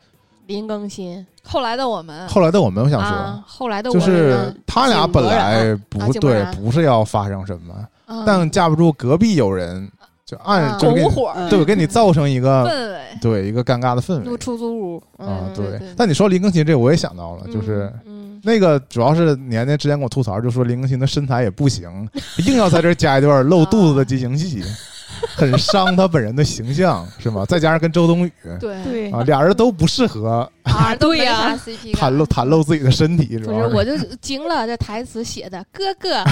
B: 林更新
D: 后来的我们，
A: 后来的我们，我想说。
B: 嗯啊，后来的我
A: 就
B: 们
A: 是
B: 呢
A: 他俩本来
B: 啊
A: 不
B: 井柏
A: 对，
B: 然
A: 不是要发生什么，
B: 嗯
A: 但架不住隔壁有人就暗
B: 啊
A: 就给
D: 拱
A: 你
D: 火儿
C: 嗯
A: 对给你造成一个
D: 氛围，
A: 对一个尴尬的氛
B: 住
A: 围
B: 出租屋
A: 啊
B: 嗯，
D: 对
A: 对
D: 对。
A: 但你说林更新这我也想到了，就是
B: 嗯，
A: 那个主要是年年之前跟我吐槽，就说林更新的身材也不行，硬要在这儿加一段露肚子的激情戏，很伤他本人的形象，是吗？再加上跟周冬雨
D: 对
B: 对
A: 啊，俩人都不适合
D: 啊
B: 对呀
D: ，CP
A: 袒
D: 感
A: 露袒露自己的身体，主
B: 不
A: 要
B: 是，
A: 是
B: 我就惊了，这台词写的 哥哥。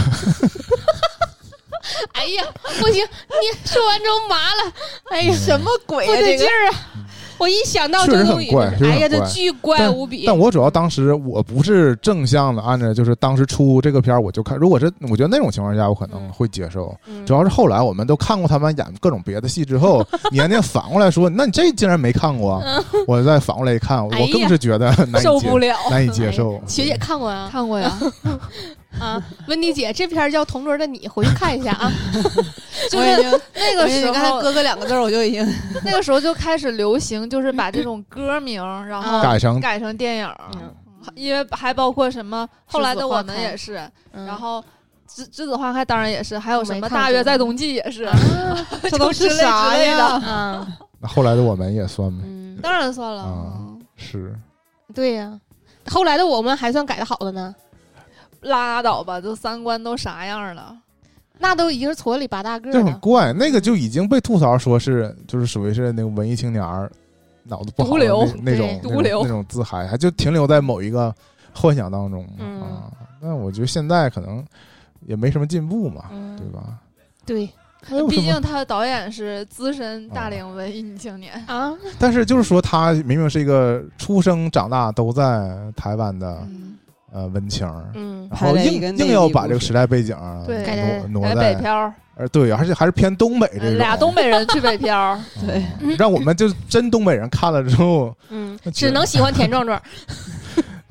B: 哎呀，不行！你说完之后麻了，哎呀，
C: 什么鬼
B: 不
C: 啊？
B: 对
C: 这
B: 劲
C: 个
B: 儿啊！我一想到
A: 确
B: 周
A: 实
B: 冬
A: 很
B: 雨
A: 怪确
B: 就
A: 实
B: 是，
A: 很
B: 哎呀，这
A: 怪
B: 巨怪无比。
A: 但我主要当时我不是正向的，按照就是当时出这个片儿我就看，如果是我觉得那种情况下，我可能会接受。
B: 嗯
A: 主要是后来我们都看过他们演各种别的戏之 后，年年反过来说，那你这竟然没看过？我再反过来一看，我
B: 嗯哎呀
A: 更是觉得 难以
D: 受
A: 接
D: 不了。
A: 难以
B: 哎
A: 接受。
B: 学姐看过啊
D: 看过呀，
B: 啊，温迪姐这片儿叫《同桌的你》，回去看一下啊。
D: 就
C: 我已
D: 是
C: 经
D: 那
C: 我
D: 个
C: 已
D: 时
C: 经刚才
D: 候，
C: 哥哥两个字儿我就已经
D: 那个时候就开始流行，就是把这种歌名儿然后
A: 改成
D: 改成电影儿，
B: 嗯
D: 因为还包括什么后来的我
B: 栀子
D: 们
B: 花开
D: 也是，
B: 嗯
D: 然后栀栀子花开当然也是，还有什
B: 我没
D: 么
B: 看
D: 大约在冬季也是，
C: 这都
D: 之
C: 是
D: 类
C: 啥
D: 之类的
C: 呀？
B: 啊，
A: 后来的我们也算吗？
B: 嗯，
D: 当然算了。
A: 啊
D: 嗯
A: 是
B: 对呀。后来的我们还算改的好的呢，
D: 拉倒吧，都三观都啥样了？
B: 那都已经是矬里拔大
D: 啊
B: 个
A: 就很
B: 了。
A: 怪，那个就已经被吐槽说是就是属于是那个文艺青年儿脑子不好
D: 毒
A: 的
D: 瘤
A: 那那种
B: 对
A: 那
D: 毒
A: 种
D: 瘤
A: 那种自嗨，还就停留在某一个幻想当中、
B: 嗯
A: 啊。那我觉得现在可能也没什么进步嘛，
B: 嗯
A: 对吧？
B: 对
A: 还有什
D: 毕
A: 么
D: 竟他的导演是资深大龄文艺女青年。
B: 啊，
A: 但是就是说，他明明是一个出生长大都在台湾的
D: 嗯，
A: 呃文青儿，
B: 嗯，
A: 然
C: 拍
A: 后
C: 了一
A: 硬
C: 个内
A: 硬要
C: 地
A: 把
C: 故
A: 这个
C: 事
A: 时代背景儿
D: 对
B: 改的
A: 挪挪
D: 来
A: 在，
D: 北漂儿，
A: 呃，对，而且还是偏东北这种，
D: 俩东北人去北 漂儿，
C: 对
A: 啊，让我们就真东北人看了之后
B: 嗯
A: 那，觉
B: 只
A: 得
B: 能喜欢田壮壮。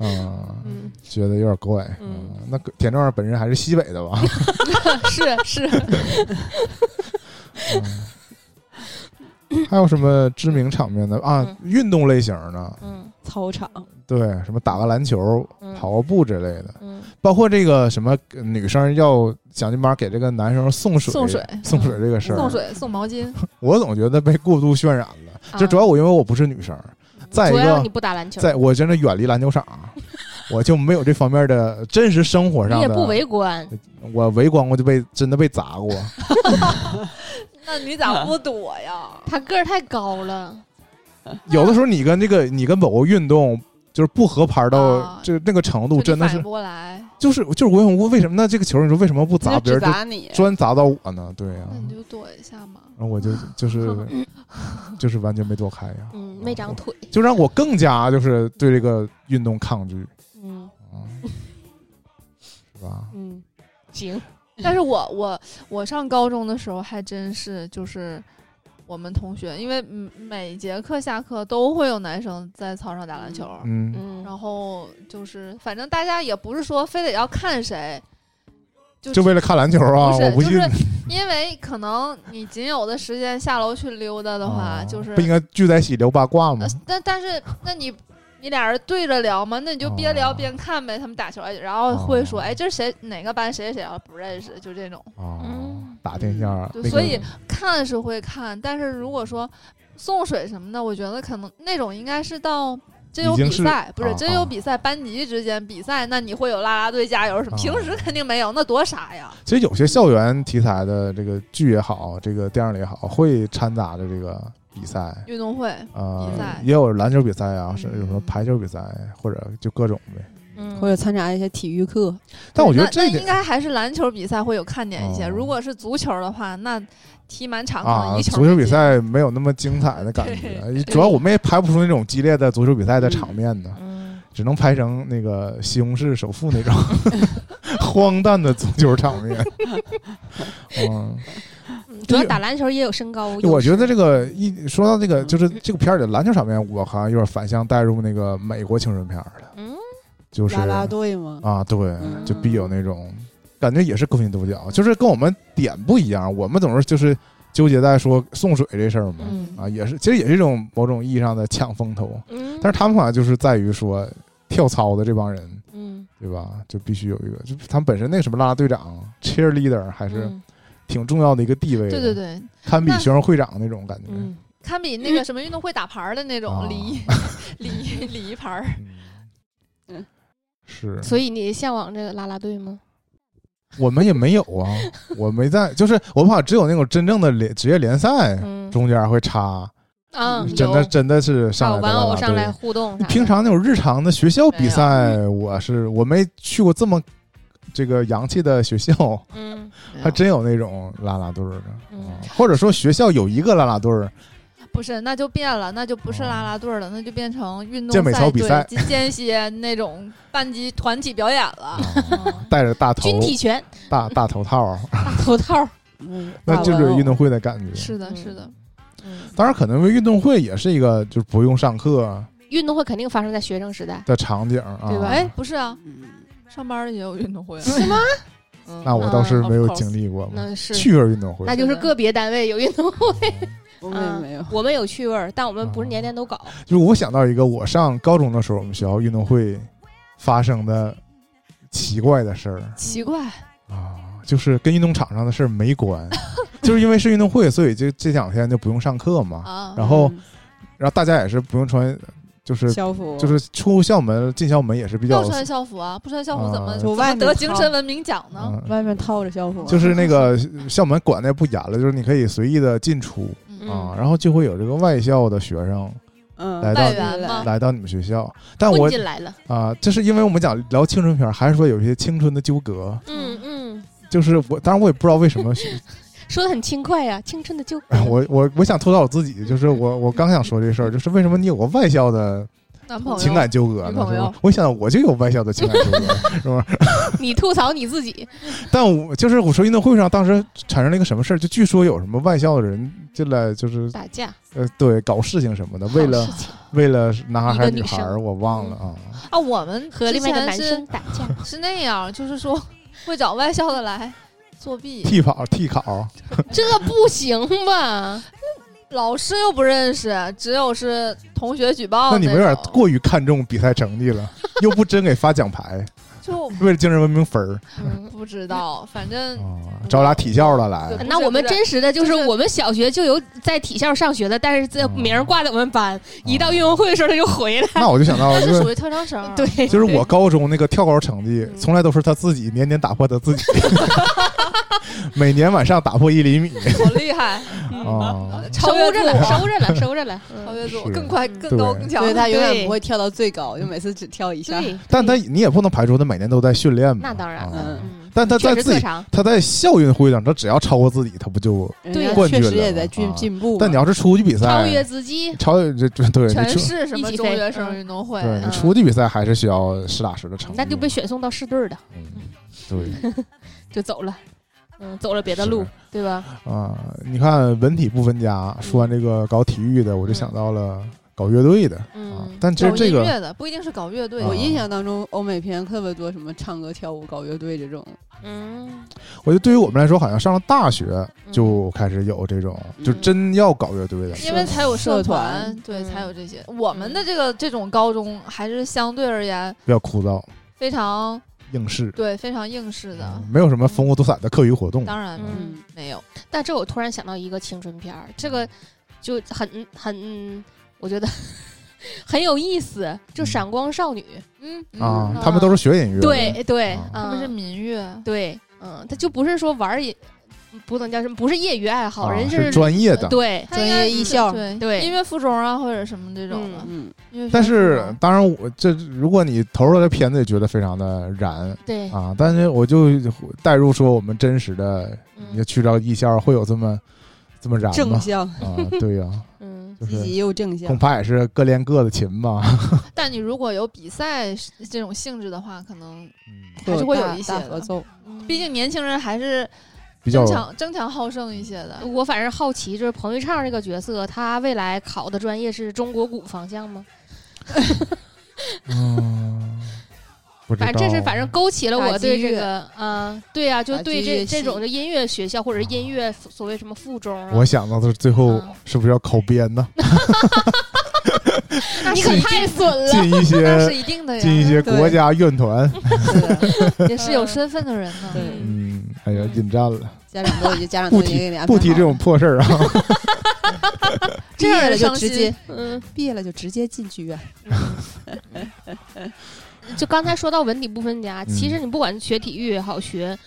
A: 啊，
B: 嗯，
A: 觉得有点怪。
B: 嗯
A: 啊那个田壮壮本人还是西北的吧？
B: 是 是，
A: 嗯还有什么知名场面的啊
B: 嗯？
A: 运动类型的，
B: 嗯
C: 操场
A: 对，什么打个篮球、
B: 嗯
A: 跑个步之类的，
B: 嗯，
A: 包括这个什么呃女生要想尽办法给这个男生送水、
D: 送水
B: 嗯
A: 送水这个事儿，啊
D: 送水送毛巾，
A: 我总觉得被过度渲染了。就主要我因为我不是女生，再一
B: 啊主要
A: 个
B: 你，不打篮球，
A: 在我真的远离篮球场，啊 我就没有这方面的真实生活
B: 你
A: 上
B: 也
A: 的。
B: 不围观，
A: 我围观过就被真的被砸过。
D: 那你咋不躲 呀？
B: 他个儿太高了，
A: 有的时候你跟这个你跟某个运动就是不合拍到
D: 啊
A: 这那个程
D: 就
A: 度，
D: 你
A: 真的
D: 反应
A: 是
D: 不过来，
A: 就是就是我想问为什么那这个球你说为什么不砸
C: 就
A: 别
C: 只
A: 人，就
C: 砸你，
A: 专砸到我呢？对呀、
D: 那你就躲一下嘛。
A: 然后我就就是 就是完全没躲开呀，
B: 嗯，没长腿，
A: 就让我更加就是对这个运动抗拒
B: 嗯
A: 啊，是吧？
B: 嗯，行，
D: 但是我我我上高中的时候还真是就是我们同学，因为嗯每节课下课都会有男生在操场打篮球，
A: 嗯，
B: 嗯，
D: 然后就是反正大家也不是说非得要看谁，就
A: 就为
D: 了
A: 了看篮球啊，
D: 不是
A: 我不信
D: 就是因为可能你仅有的时间下楼去溜达的话，
A: 啊
D: 就是
A: 不应该聚在一起聊八卦吗
D: 呃？但但是那你。你俩人对着聊嘛，那你就边聊
A: 哦
D: 边看呗。他们打球，哎然后会说：“
A: 哦
D: 哎，这是谁哪个班谁谁谁啊？不认识。”就这种。
A: 啊
B: 嗯，
A: 打听一下
D: 呃
A: 那
D: 嗯，对
A: 个
D: 所以看是会看，但是如果说送水什么的，我觉得可能那种应该是到真有
A: 已经
D: 比
A: 是
D: 赛，不
A: 啊
D: 是真有
A: 啊
D: 比赛，班级之间比赛，那你会有啦啦队加油什么，
A: 啊
D: 平时肯定没有，那多傻呀！
A: 其实有些校园题材的这个剧也好，这个电影里也好，会掺杂着这个比赛，
D: 运动会，
A: 呃
D: 比赛，
A: 也有篮球比赛啊，是
D: 嗯
A: 有什么排球比赛或者就各种呗。
B: 嗯
C: 或者嗯参加一些体育课，
A: 但我觉得
D: 那
A: 这
D: 那应
A: 点
D: 该还是篮球比赛会有看点一些。
A: 哦
D: 如果是足球的话，那踢满场可
A: 啊
D: 能，一球
A: 足球
D: 没
A: 比
D: 进
A: 赛没有那么精彩的感觉，主要我们也拍不出那种激烈的足球比赛的场面呢，
B: 嗯，
A: 只能拍成那个西红柿首富那种 荒诞的足球场 面。嗯，
B: 主要打篮球也有身高优势。
A: 哎我觉得这个一说到这个，就是这个片儿里的篮球场面，我好像有点反向带入那个美国青春片儿了，
B: 嗯，
A: 就是
C: 啦啦队嘛，
A: 啊，对，
C: 嗯
A: 就必有那种感觉，也是勾心斗角，就是跟我们点不一样，我们总是就是纠结在说送水这事儿嘛，
B: 嗯
A: 啊，也是，其实也是一种某种意义上的抢风头，
B: 嗯，
A: 但是他们好像就是在于说跳操的这帮人，
B: 嗯
A: 对吧？就必须有一个，就他们本身那个什么啦啦队长、cheerleader 还是
B: 嗯
A: 挺重要的一个地位的，
D: 对对对，
A: 堪比
D: 那
A: 学生会长那种感觉。
B: 嗯，
D: 堪比那个什么运动会打牌儿的那
A: 啊
D: 种礼 礼礼牌 儿。
A: 嗯
C: 嗯
A: 是，
B: 所以你向往这个啦啦队吗？
A: 我们也没有啊， 我没在，就是我们好像只有那种真正的联职业联赛，
B: 嗯
A: 中间会插，
B: 啊，
A: 哎真的
B: 有
A: 真的是上
B: 啊
A: 来的
B: 玩
A: 啦
B: 偶
A: 啦
B: 上来
A: 队
B: 互动啥的，
A: 平常那种日常的学校比赛，我是我没去过这么这个洋气的学校，
B: 嗯
A: 还真有那种啦啦队儿的，
B: 嗯
A: 啊或者说学校有一个啦啦队儿，
D: 不是，那就变了，那就不是啦啦队儿了，那就变成运动
A: 健美操
D: 赛
A: 比
D: 队
A: 赛
D: 及间歇那种班级团体表演了。
B: 啊
A: 戴着大头
B: 军体拳、
A: 大大头套，
B: 大头 套，
C: 嗯
A: 那就是有运动。会的感觉。
D: 是的，
B: 嗯
D: 是的，
B: 嗯，
A: 当然，可能运动会也是一个就是不用上课啊
B: 运动会肯定发生在学生时代，
A: 的场景啊。
B: 对吧
D: 哎，不是啊，
C: 嗯
D: 上班儿也有运动会啊。
B: 是吗？
D: 嗯
A: 那我倒是没有经历过
B: 那是，
A: 趣味运动会
B: 那。就是个别单位有运 动会，
C: 我们也没有。
B: 我们有趣味儿，但我们不是年年都搞。
A: 就我想到一个，我上高中的时候，我们学校运动会发生的奇怪的事儿
D: 奇怪，
A: 啊，就是跟运动场上的事儿没关，就是因为是运动会，所以就这两天就不用上课嘛。
D: 啊
A: 然后然后大家也是不用穿，就是
C: 嗯校服
A: 就是出校门进校门也是比较
D: 要，穿校服啊，不穿校服
A: 啊
D: 怎么
A: 就
D: 怎么
C: 外面
D: 得
C: 套
D: 精神文明奖呢？
A: 嗯，
C: 外面套着校服，
A: 就是那个校门管的不严了，就是你可以随意的进出
D: 嗯
A: 啊，然后就会有这个外校的学生
C: 嗯
A: 来到
D: 外援吗？
A: 来到你们学校，但
B: 混
A: 我
B: 啊进来了，
A: 啊，这是因为我们讲聊青春片儿，还是说有一些青春的纠葛，
B: 嗯嗯，
A: 就是我，当然我也不知道为什么哎
B: 说的很轻快呀，青春的纠葛。
A: 我我我想吐槽我自己，就是我我刚想说这事儿，就是为什么你有个外校的
D: 男朋友
A: 情感纠葛
D: 女
A: 呢？
D: 朋
A: 是
D: 友
A: 吧？我想我就有外校的情感纠 葛，是吧？
B: 你吐槽你 自己，
A: 但我就是我说运动会上当时产生了一个什么事儿，就据说有什么外校的人进来，就是
B: 打架，
A: 呃对搞事情什么的，为了
B: 好事情
A: 为了男孩
B: 一
A: 还
B: 个
A: 是
B: 女
A: 女孩儿，
B: 生嗯
A: 我忘了啊。
D: 啊，我们
B: 和
D: 之
B: 另外一个
D: 前
B: 男
D: 是
B: 生打 架，
D: 是那样，就是说会找外校的来作弊，
A: 替跑替考，
B: 这不行吧？
D: 老师又不认识，只有是同学举报
A: 那
B: 哦
D: 种。
A: 你们有点过于看重比赛成绩了， 又不真给发奖牌，
D: 就
A: 为了精神文明分儿
B: 嗯，
D: 不知道，反正
A: 啊，找俩体校的来
D: 对不是
B: 那我们
D: 不是
B: 真实的就是
D: 就是
B: 我们小学就有在体校上学的，但是这
A: 哦
B: 名儿挂在我们班，一到运动会的时候他就回来。
A: 那我就想到，就
D: 这 属
A: 是
D: 于特长生。
B: 对，，
A: 就是我高中那个跳高成绩，
B: 嗯
A: 从来都是他自己年年打破他 自己， 每年晚上打破一厘米
D: 好厉害，
B: 嗯
A: 啊。
B: 收
D: 超越
B: 着
D: 自
B: 了，
D: 我，
B: 收着了，收着了。
D: 超越自我，
A: 是
D: 更快、
B: 嗯
D: 更高、
A: 对
D: 更强
C: 所以。他永
B: 对
C: 远不会跳到最高，就每次只跳一下。
B: 对，
A: 但他你也不能排除他每年都在训练嘛。
B: 那当然
A: 啊
C: 嗯
B: 嗯，
A: 但他在
B: 确实
A: 自
B: 特
A: 己
B: 长，
A: 他在校运会上，他只要超过自己，他不就？
C: 人
B: 对
C: 家
A: 冠军
C: 确实也
A: 了
C: 在进
A: 啊
C: 进步嘛。
A: 但你要是出去比赛，
B: 超越自己。
A: 超越这这对
D: 全
A: 你出
D: 市什么
B: 一起
D: 中
B: 飞
D: 学生
B: 嗯
D: 运动会，
A: 对你
B: 嗯
A: 出去比赛还是需要实打实的成绩。
B: 那就被选送到市队儿的，
A: 嗯对
B: 就走了，嗯，走了别的路，对吧？
A: 啊，你看文体不分家，说完这个搞体育的，我就想到了搞乐队的啊
B: 嗯。，
A: 但其实
D: 搞
A: 这
D: 音
A: 个
D: 乐的不一定是搞乐队的
A: 啊
C: 我印象当中，欧美片特别多什么唱歌、跳舞、搞乐队这种。
B: 嗯，
A: 我觉得对于我们来说，好像上了大学就开始有这种，
C: 嗯
A: 就真要搞乐队的。
D: 因为才有社
C: 社
D: 团，
C: 团
D: 对，
B: 嗯
D: 才有这些。嗯我们的这个这种高中还是相对而言
A: 比较枯燥
D: 非常
A: 应试，嗯
D: 对非常应试的，
A: 没有什么丰富多彩的课余活动。
D: 当然
B: 嗯
D: 没有。
B: 但这我突然嗯想到一个青春片儿，这个就很很，我觉得 很有意思，就闪光少女，嗯，
A: 啊
D: 嗯，
A: 他们都是学音乐的，
B: 对对，
A: 啊
D: 他们是
B: 嗯
D: 民乐，
B: 对，嗯，他就不是说玩儿也不能叫什么，不是业余爱好，
A: 啊
B: 人
A: 是专业的。
B: 对，
D: 他
C: 专
D: 应该
C: 业
D: 是
C: 艺校
D: 对
B: 对
D: 音乐附中啊或者什么这种的
B: 嗯。
C: 嗯，
D: 音乐学
A: 但
D: 院附
A: 是
D: 中
A: 当然我，这如果你投入到这片子，也觉得非常的燃
B: 对，
A: 啊。但是我就带入说，我们真实的，
B: 嗯
A: 你就去到艺校会有这么这么燃
C: 正
A: 吗？
C: 向，
A: 啊，对呀、
B: 嗯，
A: 就
C: 积
A: 是
C: 极又正
A: 恐
C: 向。
A: 怕也是各练各的琴嘛。
D: 但你如果有比赛是这种性质的话，可能
A: 嗯
D: 还是会有一些
C: 大大
D: 的
C: 合 奏，嗯
D: 毕竟年轻人还是
A: 比较
D: 争强争强好胜一些
C: 嗯
D: 的。
B: 我反正好奇，就是彭昱畅这个角色，他未来考的专业是中国鼓方向吗？
A: 嗯，不知道。
B: 反正这是反正勾起了我对这个，嗯，对呀、就
C: 打击
B: 对
C: 乐
B: 这
C: 器
B: 这种的音乐学校或者音乐所谓什么附中啊，
A: 啊我想到的是最后
B: 嗯
A: 是不是要考编呢？
B: 那你可太损了，
A: 进一
D: 那
A: 些
D: 是一定的呀，
A: 进一些
C: 对
A: 国家院团，
C: 对的，
D: 也是有身份的人呢。
C: 嗯对
A: 嗯，哎呀，引战了。
C: 家长都已经家长都
A: 不
C: 已经给
A: 提
B: 嗯
C: 你安排
A: 不提
C: 好
A: 这种破事儿啊！
C: 了，毕业了就
D: 让人
C: 直接
D: 伤
B: 嗯，
C: 毕业了就直接进剧院，
B: 就刚才说到文体不分家，其
A: 嗯
B: 实你不管学体育也好，学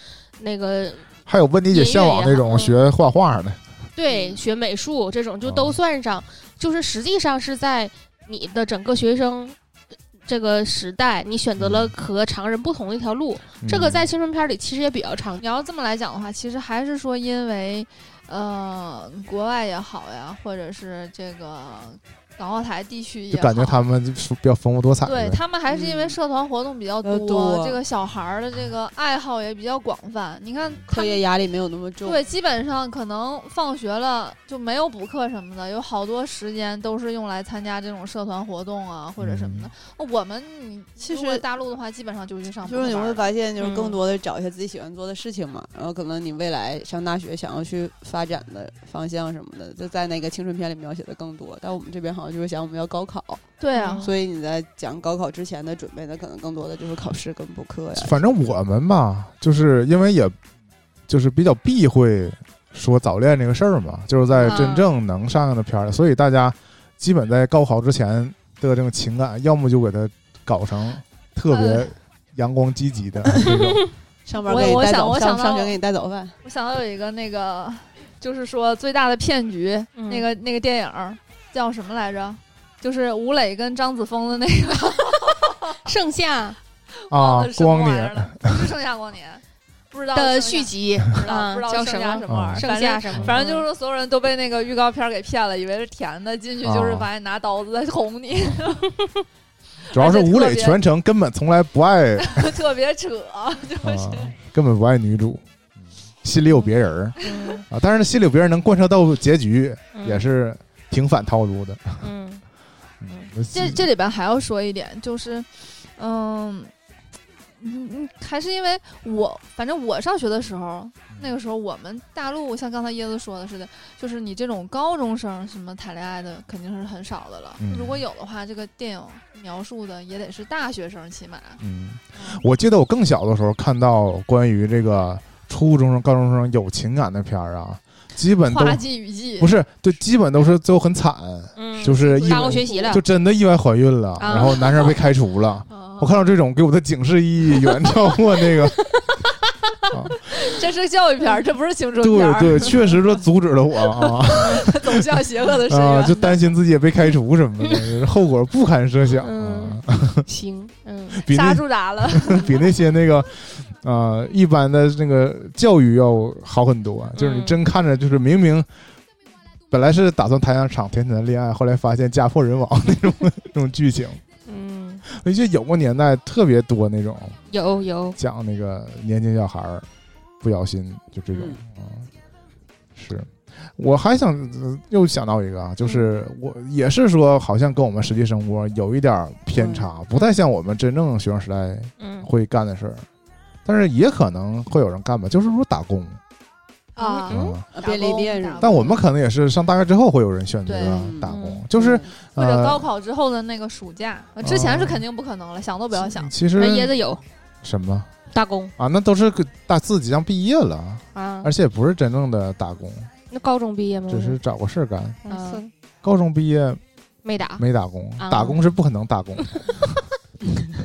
B: 那个
A: 还有温迪姐向往那
B: 音乐也嗯好
A: 种学画画的，
B: 对，学美术这种
A: 嗯
B: 就
A: 哦
B: 都算上，就是实际上是在你的整个学生呃这个时代，你选择了
A: 嗯
B: 和常人不同的一条路。这个在青春片里其实也比较常见。
D: 你要这么来讲的话，其实还是说因为，呃，国外也好呀，或者是这个港澳台地区也
A: 就
D: 好，
A: 感觉他们就是比较丰富多彩
D: 对
A: 呗。
D: 他们还是因为社团活动比较
C: 嗯呃多
D: 这个小孩儿的这个爱好也比较广泛。你看他
C: 课
D: 们
C: 业压力没有那么重。
D: 对，基本上可能放学了就没有补课什么的，有好多时间都是用来参加这种社团活动啊或者什
A: 嗯
D: 么的。我们你
C: 其
D: 如果
C: 实
D: 大陆的话，基本上就是去上补
C: 就是你
D: 课班
C: 会
D: 儿
C: 发现，就是更
B: 嗯
C: 多的找一些自己喜欢做的事情嘛，然后可能你未来上大学想要去发展的方向什么的，就在那个青春片里描写的更多。但我们这边好像就是想我们要高考，
D: 对啊
B: 嗯，
C: 所以你在讲高考之前的准备呢，可能更多的就是考试跟补课呀。
A: 反正我们吧，就是因为也就是比较避讳说早恋这个事儿嘛，就是在
D: 嗯
B: 啊
A: 真正能上映的片儿，所以大家基本在高考之前的这种情感，要么就给它搞成特别
D: 呃
A: 阳光积极 的这种。
C: 上班
D: 我
C: 给你
D: 我
C: 带
D: 想
C: 早
D: 我
C: 上
D: 想
C: 上
D: 到
C: 学给你带早饭，
D: 我想到有一个那个，就是说最大的骗局，
B: 嗯
D: 那个那个电影儿叫什么来着？就是吴磊跟张子枫的那个
B: 盛夏
A: 啊
D: 忘了，哦是什么
A: 光
D: 玩意
A: 年
D: 儿了，不是《盛夏光年》，不知道
B: 的
D: 盛夏
B: 续集
D: 不知道
B: 啊
D: 不知道
B: 叫
D: 盛
B: 什么
D: 夏嗯什么
A: 嗯
D: 玩意儿，
B: 盛
D: 反
B: 夏
D: 正
B: 什么的，
D: 反正就是说，所有人都被那个预告片儿给骗了，以为是甜的，进去就是
A: 啊
D: 发现拿刀子在捅你，
A: 主要是
D: 而且
A: 吴
D: 特
A: 磊
D: 别
A: 全程根本从来不 爱
D: 特别扯。
A: 啊，根本不爱女主，心里有别人儿
B: 嗯
A: 啊。但是心里有别人能贯彻到结局，
B: 嗯
A: 也是挺反套路的。
B: 嗯
D: 这这里边还要说一点，就是，嗯，嗯，嗯还是因为我，反正我上学的时
A: 嗯
D: 候，那个时候我们大陆像刚才椰子说的似的，就是你这种高中生什么谈恋爱的肯定是很少的了。
A: 嗯
D: 如果有的话，这个电影描述的也得是大学生，起码。
A: 嗯，我记得我更小的时候看到关于这个初中生、高中生有情感的片儿啊，基本都
D: 花季雨季
A: 不是，对，基本都是最后很惨，
B: 嗯，
A: 就是意
B: 大陆
A: 外，
B: 学习了
A: 就，真的意外怀孕了，
B: 啊
A: 然后男生被开除了。
D: 啊
A: 我看到这种给我的警示意义远超过那个，
D: 这是教育片儿，这不是青春片
A: 对
D: 儿，
A: 对，确实的阻止了我啊。
D: 走向邪恶的深
A: 啊，
D: 渊。
A: 就担心自己也被开除什么的，就是后果不堪设想啊
B: 嗯！行，嗯，
A: 比
D: 杀
A: 那
D: 猪铡了，
A: 比那些那个啊、呃一般的那个教育要好很多啊，就是你
B: 嗯
A: 真看着就是明明本来是打算谈一场甜甜的恋爱，后来发现家破人亡那种 那种剧情，
B: 嗯，
A: 我记得有个年代特别多那种
B: 有有，
A: 讲那个年轻小孩儿不小心就这种啊、
C: 嗯
A: 是。我还想、呃又想到一个啊，就是我也是说，好像跟我们实际生活有一点儿偏差，不太像我们真正学生时代
B: 嗯
A: 会干的事儿，但是也可能会有人干吧，就是说打工
D: 啊
B: 嗯
A: 啊。
C: 呃
D: 打
C: 便利
D: 工
C: 店
D: 打
C: 什么
A: 但我们可能也是上大学之后会有人选择
D: 对
A: 打工
B: 嗯，
A: 就是
C: 嗯
D: 或者高
A: 呃，哦
D: 考之后的那个暑假，呃之前是肯定不可能了，想都不要想。
A: 其
B: 那椰
A: 实
B: 子有
A: 什么
B: 打工
A: 啊，那都是个大自己将毕业了，
B: 啊
A: 而，且也不是真正的打工，
B: 那高中毕业吗？
A: 只是找个事儿干。
B: 嗯啊
D: 嗯
A: 高中毕业
B: 没打。
A: 没打工，
B: 啊
A: 打工是不可能打工的。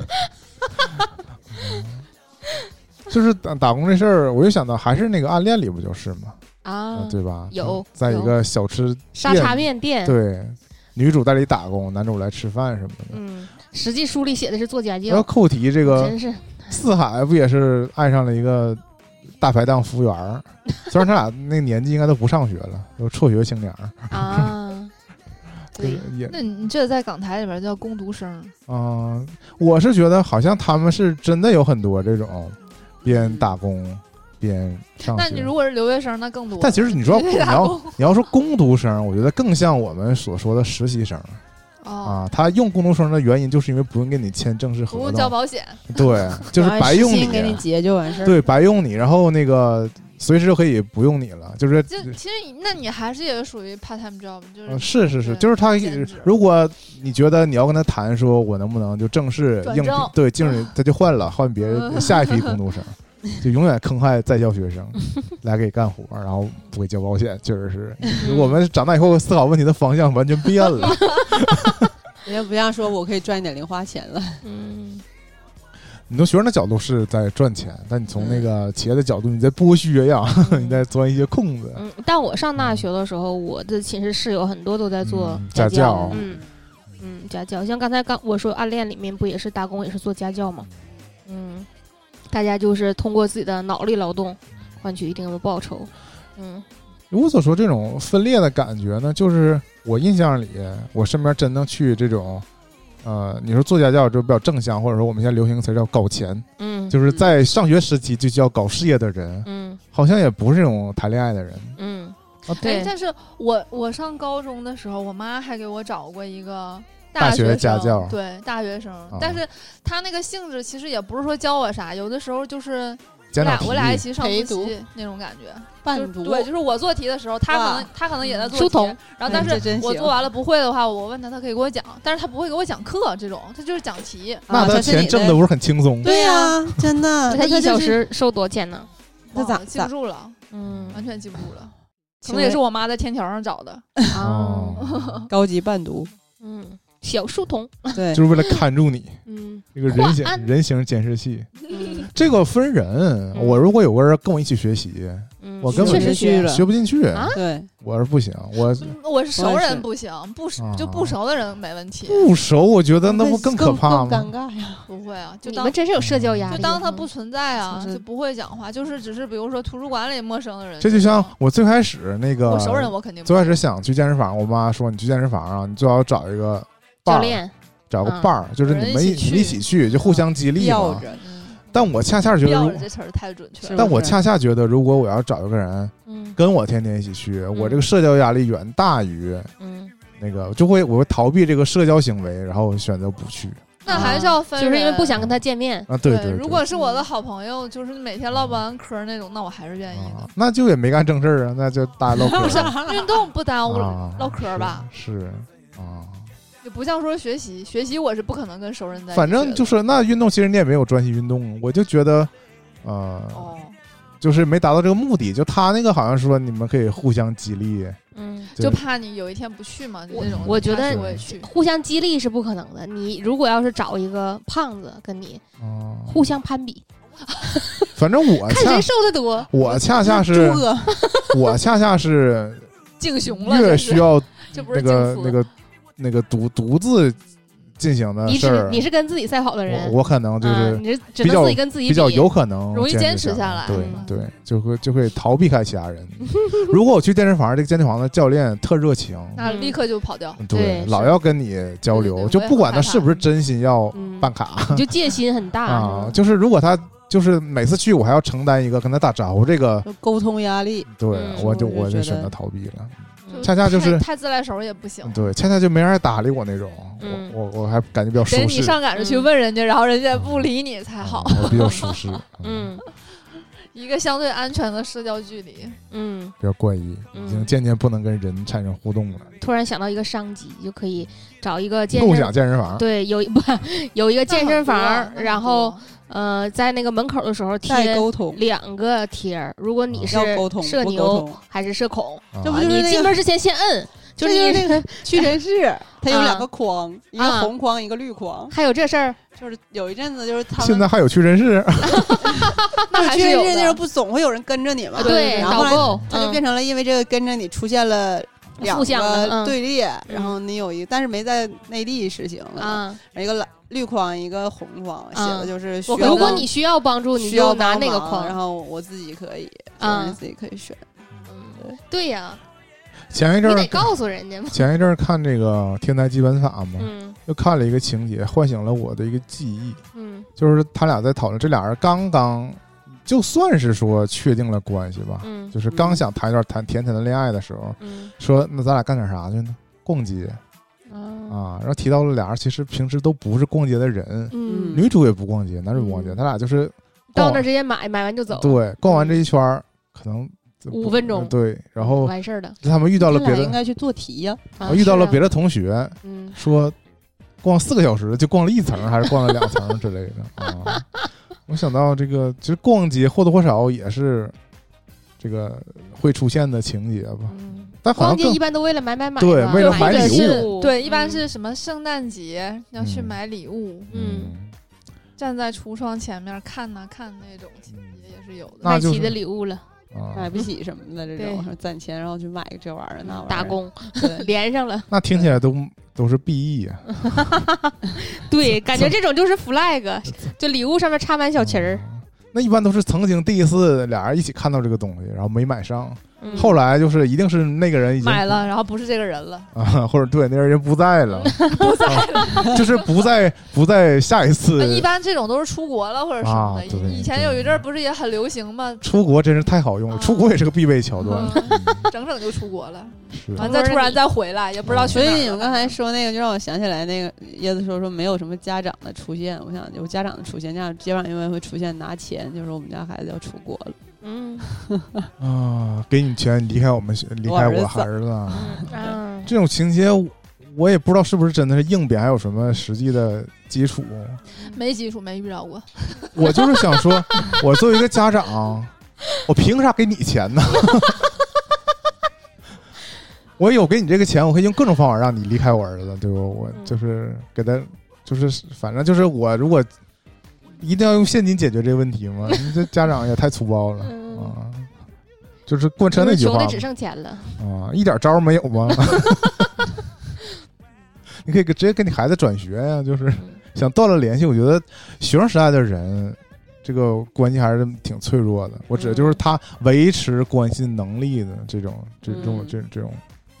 A: 就是打打工这事儿，我就想到还是那个暗恋里不就是吗？
B: 啊，
A: 对吧？
B: 有
A: 在一
B: 有
A: 个小吃
B: 沙茶面
D: 嗯
B: 店，
A: 对，女主在里打工，男主来吃饭什么的。
B: 嗯，实际书里写的是做家
A: 然后
B: 教，
A: 扣题这个
D: 嗯
B: 真是
A: 四海不也是爱上了一个大排档服务员 儿？虽然他俩那个年纪应该都不上学了，都辍学青年儿，
B: 啊，对，
A: 也
D: 那你这在港台里边叫工读生，
A: 嗯，我是觉得好像他们是真的有很多这种边打工边上学。
D: 嗯那你如果是留学生，那更多。
A: 哦但其实你说
D: 对
A: 你
D: 打
A: 要
D: 工
A: 你要说工读生，我觉得更像我们所说的实习生
D: 哦，
A: 啊。他用工读生的原因就是因为不用跟你签正式合
D: 不用交
A: 同，
D: 保险，
A: 对， 就是
C: 然后
A: 白
C: 时
A: 用
C: 薪给你
A: 你，啊
C: 结就完事儿。
A: 对，白用你，然后那个随时就可以不用你了，就是
D: 就其实那你还是也属于 part time job，就
A: 呃
D: 是
A: 是是是，
D: 对
A: 就是他
D: 兼职
A: 如果你觉得你要跟他谈，说我能不能就正式
D: 转
A: 应聘
D: 正
A: 对，进入他就换了，换别人下一批工读生，就永远坑害在校学生来给干活，然后不给交保险，确实是 我们长大以后思考问题的方向完全变了。
C: 人家不像说我可以赚一点零花钱了，
B: 嗯，
A: 你从学生的角度是在赚钱，但你从那个企业的角度，你在剥削呀， 你在钻一些空子。
B: 嗯，但我上大学的时候，我的寝室室友很多都在做
A: 嗯家
B: 教
A: 教，
B: 嗯嗯，家教，像刚才刚我说暗恋里面不也是打工也是做家教嘛，嗯，大家就是通过自己的脑力劳动换取一定的报酬，嗯
A: 我所说这种分裂的感觉呢，就是我印象里，我身边真能去这种，呃，你说做家教就比较正向，或者说我们现在流行词叫“搞钱”，
B: 嗯，
A: 就是在上学时期就叫搞事业的人，
B: 嗯
A: 好像也不是这种谈恋爱的人
B: 嗯
A: 啊。
D: 哎
B: 对，
D: 但是我我上高中的时候，我妈还给我找过一个
A: 大学
D: 学
A: 家
D: 生
A: 教哦
D: 对大学生，但是他那个性质其实也不是说教我啥，有的时候就是我
A: 家长
D: 俩
A: 提
D: 我俩一起上
C: 陪
D: 复
C: 读
D: 习那种感觉，就
C: 伴
D: 是
C: 读
D: 对，就是我做题的时候，他可
C: 哇
D: 能他可能也在做
B: 书
D: 题
B: 童，
D: 然后
C: 嗯
D: 但
C: 这
D: 是
C: 真
D: 我
C: 行
D: 做完了不会的话，我问他，他可以给我讲，但是他不会给我讲课这种，他就是讲题。
A: 那
C: 啊
A: 他
C: 这是
A: 钱
C: 你
A: 挣
C: 的
A: 的不是很轻 松？
C: 对呀、真 的，
B: 啊他
C: 那
B: 一
C: 就
B: 小
C: 是
B: 时收多少钱呢？
C: 那
D: 忘
C: 咋
D: 了记不
C: 咋
D: 住了，
B: 嗯
D: 完全记不住了，可
C: 行
D: 能也
C: 为
D: 是我妈在天桥上找的。
B: 啊，
A: 哦，
C: 高级伴读，
B: 嗯，小书童，
C: 对
A: 就是为了看住你
B: 嗯
A: 这个人
B: 华
A: 形
B: 安
A: 人形监视器。
C: 嗯
A: 这个分人，
B: 嗯
A: 我如果有个人跟我一起学习，
B: 嗯，
A: 我根本
B: 确
A: 就
B: 实
C: 去
B: 学
C: 了
A: 学不进去，
B: 啊
C: 对，
A: 我是不行，我
D: 嗯我是熟
C: 我也是
D: 人不行，不熟就
A: 啊
D: 不熟的人没问题，
A: 不熟，我觉得那不
C: 更
A: 可怕吗？
C: 更尴尬呀，
D: 不会啊，就
B: 你
D: 当
B: 们真是有社交压力。嗯
D: 就当他不存在啊，
C: 是
D: 就不会讲话，就是只是比如说图书馆里陌生的人种，
A: 这就像呃我最开始那个，
D: 我熟人我肯定不
A: 最开始想去健身房，我妈说你去健身房啊，你最好找一个伴
B: 教
A: 儿，
B: 练，
A: 找个
B: 嗯
A: 伴儿，就是
D: 有人
A: 你们
D: 一
A: 一
D: 起
A: 你们一
D: 去
A: 起去，就互相激励
C: 吊
A: 嘛。
C: 着，
D: 嗯，
A: 但我恰恰觉得
D: 标
A: 如
D: 着，这词儿太准确
C: 是
D: 了
A: 但
C: 吧。
A: 我恰恰觉得，如果我要找一个人
B: 嗯
A: 跟我天天一起去，我
D: 嗯
A: 这个社交压力远大于
B: 嗯，
A: 那个，就会我会逃避这个社交行为，然后选择不去
D: 那还是要
B: 嗯
D: 分
B: 就
D: 人，
B: 是因为不想跟他见面。
A: 啊。对
D: 对
A: 对，
D: 如果是
B: 嗯
D: 我的好朋友，就是每天唠不完嗑那种，那我还是愿
A: 对
D: 意
A: 啊
D: 的。，
A: 那就也没干正事儿啊，那就大家唠嗑
D: 不是
A: 儿
D: 运动不耽误
A: 啊，
D: 唠嗑吧，
A: 是是啊。
D: 也不像说学习，学习我是不可能跟熟人在一起学的。
A: 反正就是那运动，其实你也没有专心运动，我就觉得，呃，
D: 哦，
A: 就是没达到这个目的。就他那个好像说你们可以互相激励，
B: 嗯，
A: 对
D: 就怕你有一天不去嘛，就那种
B: 我觉
D: 怕
B: 得
D: 是我也去。
B: 互相激励是不可能的。你如果要是找一个胖子跟你
A: 哦
B: 互相攀比，
A: 反正我
B: 看谁
A: 恰
B: 瘦的多。
A: 我恰恰
C: 猪
A: 是
C: 哥，
A: 我恰恰是
D: 敬熊了，
A: 越
D: 这是
A: 需要
D: 这不
A: 那
D: 是
A: 个
D: 敬
A: 那
D: 服，
A: 个那个独独自进行的
B: 你
A: 事
B: 只
A: 儿
B: 你，是跟自己赛跑的人
A: 我，我可能就
B: 啊
A: 是
B: 你是只
A: 比较
B: 能自己跟自己
A: 比较有可能
D: 容易坚
A: 持
D: 持下来
A: 对
B: 嗯
A: 对，就会就会逃避开其他人。 如果我去健身房，这个健身房的教练特热情，
D: 那
B: 嗯
D: 立刻就跑掉。
A: 对，
B: 对
A: 老
B: 是
A: 要跟你交流，
D: 对对
A: 就
D: 我也
A: 不
D: 很
A: 管
D: 害
A: 他是
D: 怕
A: 不是真心要
B: 嗯，
A: 办卡、
B: 你就戒心很大
A: 啊，
B: 是吧
A: 就是如果他就是每次去我还要承担一个跟他打招呼这个，
C: 就沟通压力，
A: 对、
B: 嗯
A: 我就
C: 我就
A: 我就
C: 觉
A: 选择
C: 得
A: 逃避了，
B: 嗯
A: 恰恰就是
D: 太太自来熟也不行。
A: 对，恰恰就没人爱搭理我那种，
B: 嗯
A: 我我我还感觉比较舒
D: 得你
A: 适，
D: 上赶着去问人家，然后人家不理你才
A: 啊
D: 好。
A: 我比较舒适，嗯，
B: 嗯
D: 一个相对安全的社交距离，
B: 嗯，
A: 比较怪异，已经
B: 嗯
A: 渐渐不能跟人产生互动了，
B: 突然想到一个商机，就可以找一个健
A: 共
B: 身
A: 享健身房，
B: 对有一不 有一个健身
D: 那很
B: 房，
D: 多啊
B: 然后呃在那个门口的时候
C: 再
B: 贴
C: 沟通，嗯
B: 两个贴儿，如果你是
C: 要沟通，
B: 社
C: 不沟
B: 牛
C: 通，
B: 还是社恐，
A: 啊
C: 这不就是
B: 你
C: 那
B: 进
C: 个
B: 门之前先摁，就是
C: 这
B: 你
C: 那个屈臣氏，它有
B: 啊
C: 两个框，一
B: 啊
C: 个红框，一个绿框。
B: 还有这事儿，
C: 就是有一阵子，就是他
A: 现在
C: 们
A: 还有屈臣氏，
B: 那还
C: 屈
B: 是有
C: 臣氏那时候
B: 的。
C: 不总会有人跟着你嘛？
D: 对对
C: 啊然后
B: 导
C: 后来
B: 购，嗯
C: 它就变成了因为这个跟着你出现了两
B: 负向嗯的
C: 个
B: 嗯
C: 队列，然后你有一，但是没在内地实行
B: 嗯
C: 了，
B: 啊。
C: 一个蓝绿框，一个红框，写的就是需要
B: 如果你需要帮助，你
C: 需要
B: 就拿
C: 帮
B: 那个
C: 忙然
B: 框。
C: 后我自己可以，
B: 啊
C: 就是自己可以选。
B: 嗯对呀，
A: 前一
B: 你
A: 阵
B: 得
A: 儿
B: 告诉人家嘛。
A: 前一阵儿看这个《天才基本法》嘛，
B: 嗯
A: 又看了一个情节，唤醒了我的一个记忆，
B: 嗯
A: 就是他俩在讨论，这俩人刚刚就算是说确定了关系吧，
B: 嗯
A: 就是刚想谈一段谈甜甜的恋爱的时候，
B: 嗯
A: 说那咱俩干点啥去呢？逛街
B: 啊
A: 啊，然后提到了俩人其实平时都不是逛街的人，
B: 嗯，
A: 女主也不逛街，男主不逛街，
B: 嗯
A: 他俩就是逛
B: 到
A: 完
B: 那儿直接买，买完就走，
A: 哦对，逛完这一圈儿可能
B: 五分钟
A: 对，然后
B: 完事儿了。
A: 他们遇到了别
C: 他俩应
A: 的，
C: 该去做题呀、
B: 啊
A: 遇到了
B: 是啊
A: 别的同学，
B: 嗯
A: 说逛四个小时就逛了一层，还是逛了两层之类的啊。我想到这个，其实逛街或多或少也是这个会出现的情节吧，
B: 嗯，
A: 但好
B: 逛
A: 像
B: 街
A: 更
B: 一般都为了买买买嘛，
A: 对为了
D: 买
B: 一个
D: 礼
B: 是
A: 物
D: 对，一般
B: 嗯
D: 是什么圣诞节要去
A: 嗯
D: 买礼物，
B: 嗯，
D: 站在橱窗前面看呐、看那种情节也是有的。
A: 嗯那
B: 麦
A: 就
B: 琪
A: 是
B: 的礼物了，
A: 啊
C: 买，不起什么的这
B: 对
C: 种，说攒钱然后去买个这玩意儿那玩意儿。
B: 打工
C: 对，
B: 连上了。
A: 那听起来都都是 BE 呀，
B: 对，感觉这种就是 flag，就礼物上面插满小旗儿。
A: 嗯。那一般都是曾经第一次俩人一起看到这个东西，然后没买上，
B: 嗯
A: 后来就是一定是那个人已经
D: 买了，然后不是这个人了，
A: 啊，或者对那人不在了，不在了，就是不在不在下一次
D: 那一般这种都是出国了或者什么
A: 啊
D: 的。
A: 对
D: 以以前有一阵儿不是也很流行吗？
A: 出国真是太好用了，
D: 啊
A: 出国也是个必备桥段。嗯
D: 整整就出国了，
A: 是啊
D: 完再突然再回来，也不知道去
C: 所
D: 哪
C: 以
D: 儿了。
C: 你们刚
B: 嗯
C: 才说那个，就让我想起来那个椰子说说没有什么家长的出现，我想有家长的出现，家长家长因为会出现拿钱，就是我们家孩子要出国了，
B: 嗯
A: 啊，给你钱，离开我们，离开我
C: 我
A: 孩
C: 孩
A: 儿子，
B: 嗯啊，
A: 这种情节我我也不知道是不是真的是硬编，还有什么实际的基础？
D: 没基础，没遇到过。
A: 我就是想说，我作为一个家长，我凭啥给你钱呢？ 我有给你这个钱，我可以用各种方法让你离开我儿子，对不？我
B: 嗯
A: 就是给他，就是反正就是我如果一定要用现金解决这个问题吗？你这家长也太粗暴了
B: 嗯
A: 啊！就是贯彻那句
B: 穷
A: 话
B: 的
A: 嘛
B: 只剩钱了。
A: 啊，一点招儿没有 吗？ 你可以给直接跟你孩子转学呀、
B: 嗯
A: 就是想断了联系。我觉得学生时代的人，这个关系还是挺脆弱的。我指
B: 嗯
A: 的就是他维持关系能力的这种、这种、
B: 嗯
A: 这这种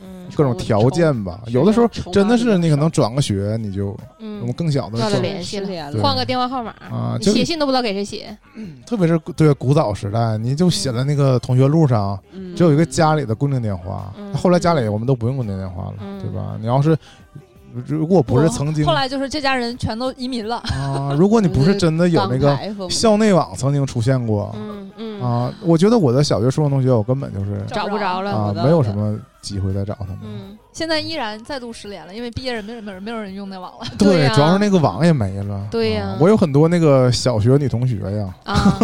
B: 嗯
A: 各种条件吧。
C: 是
A: 有的时候
C: 这种
A: 真的
C: 筹码
A: 是
C: 比较
A: 你可能
C: 少
A: 转个学，你就我们
B: 嗯，
A: 更小的时
B: 断了
A: 候，
B: 联系了
C: 失联
A: 对
B: 换个电话号码
A: 啊
B: 你
A: 就
B: 写信都不知道给谁写。
A: 特别是对古早时代，你就写在那个同学录上，
C: 嗯
A: 只有一个家里的固定电话。
B: 嗯
A: 后来家里我们都不用固定电话了，
B: 嗯
A: 对吧？你要是如果不是曾经
D: 后来就是这家人全都移民了，
A: 啊，如果你 不是真的有那
C: 港
A: 个
C: 台和我们
A: 校内网曾经出现过
B: 嗯嗯，
A: 啊，我觉得我的小学、初中同学，我根本就是
B: 找不着了。
A: 啊
C: 不，到
A: 没有
C: 的
A: 什么机会再找他们。
B: 嗯，
D: 现在依然再度失联了，因为毕业人没人没人没有人用那网了。
B: 对呀
A: 主要是那个网也没了。
B: 对呀
A: 啊我有很多那个小学女同学呀，
B: 啊，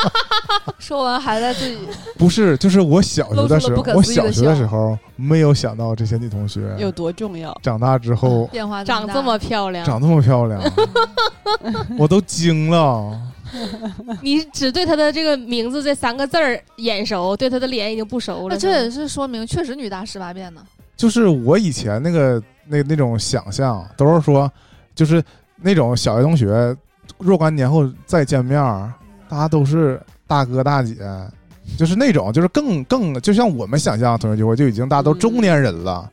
D: 说完还在自己
A: 不是，就是我小学的时
D: 露出了
A: 候
D: 不，可
A: 我
D: 思议的
A: 小学的时候没有想到这些女同学
C: 有多重要？
A: 长大之后
D: 变化
B: 长这
D: 这
B: 么
D: 么
B: 漂亮，
A: 长这么漂亮，我都惊了。
B: 你只对她的这个名字这三个字儿眼熟，对她的脸已经不熟
D: 大，
B: 了。
D: 那这也是说明确实女大十八变呢。
A: 就是我以前那个那那种想象，都是说，就是那种小学同学，若干年后再见面儿，大家都是大哥大姐，就是那种，就是更更，就像我们想象的同学聚会，就已经大家都中年人了。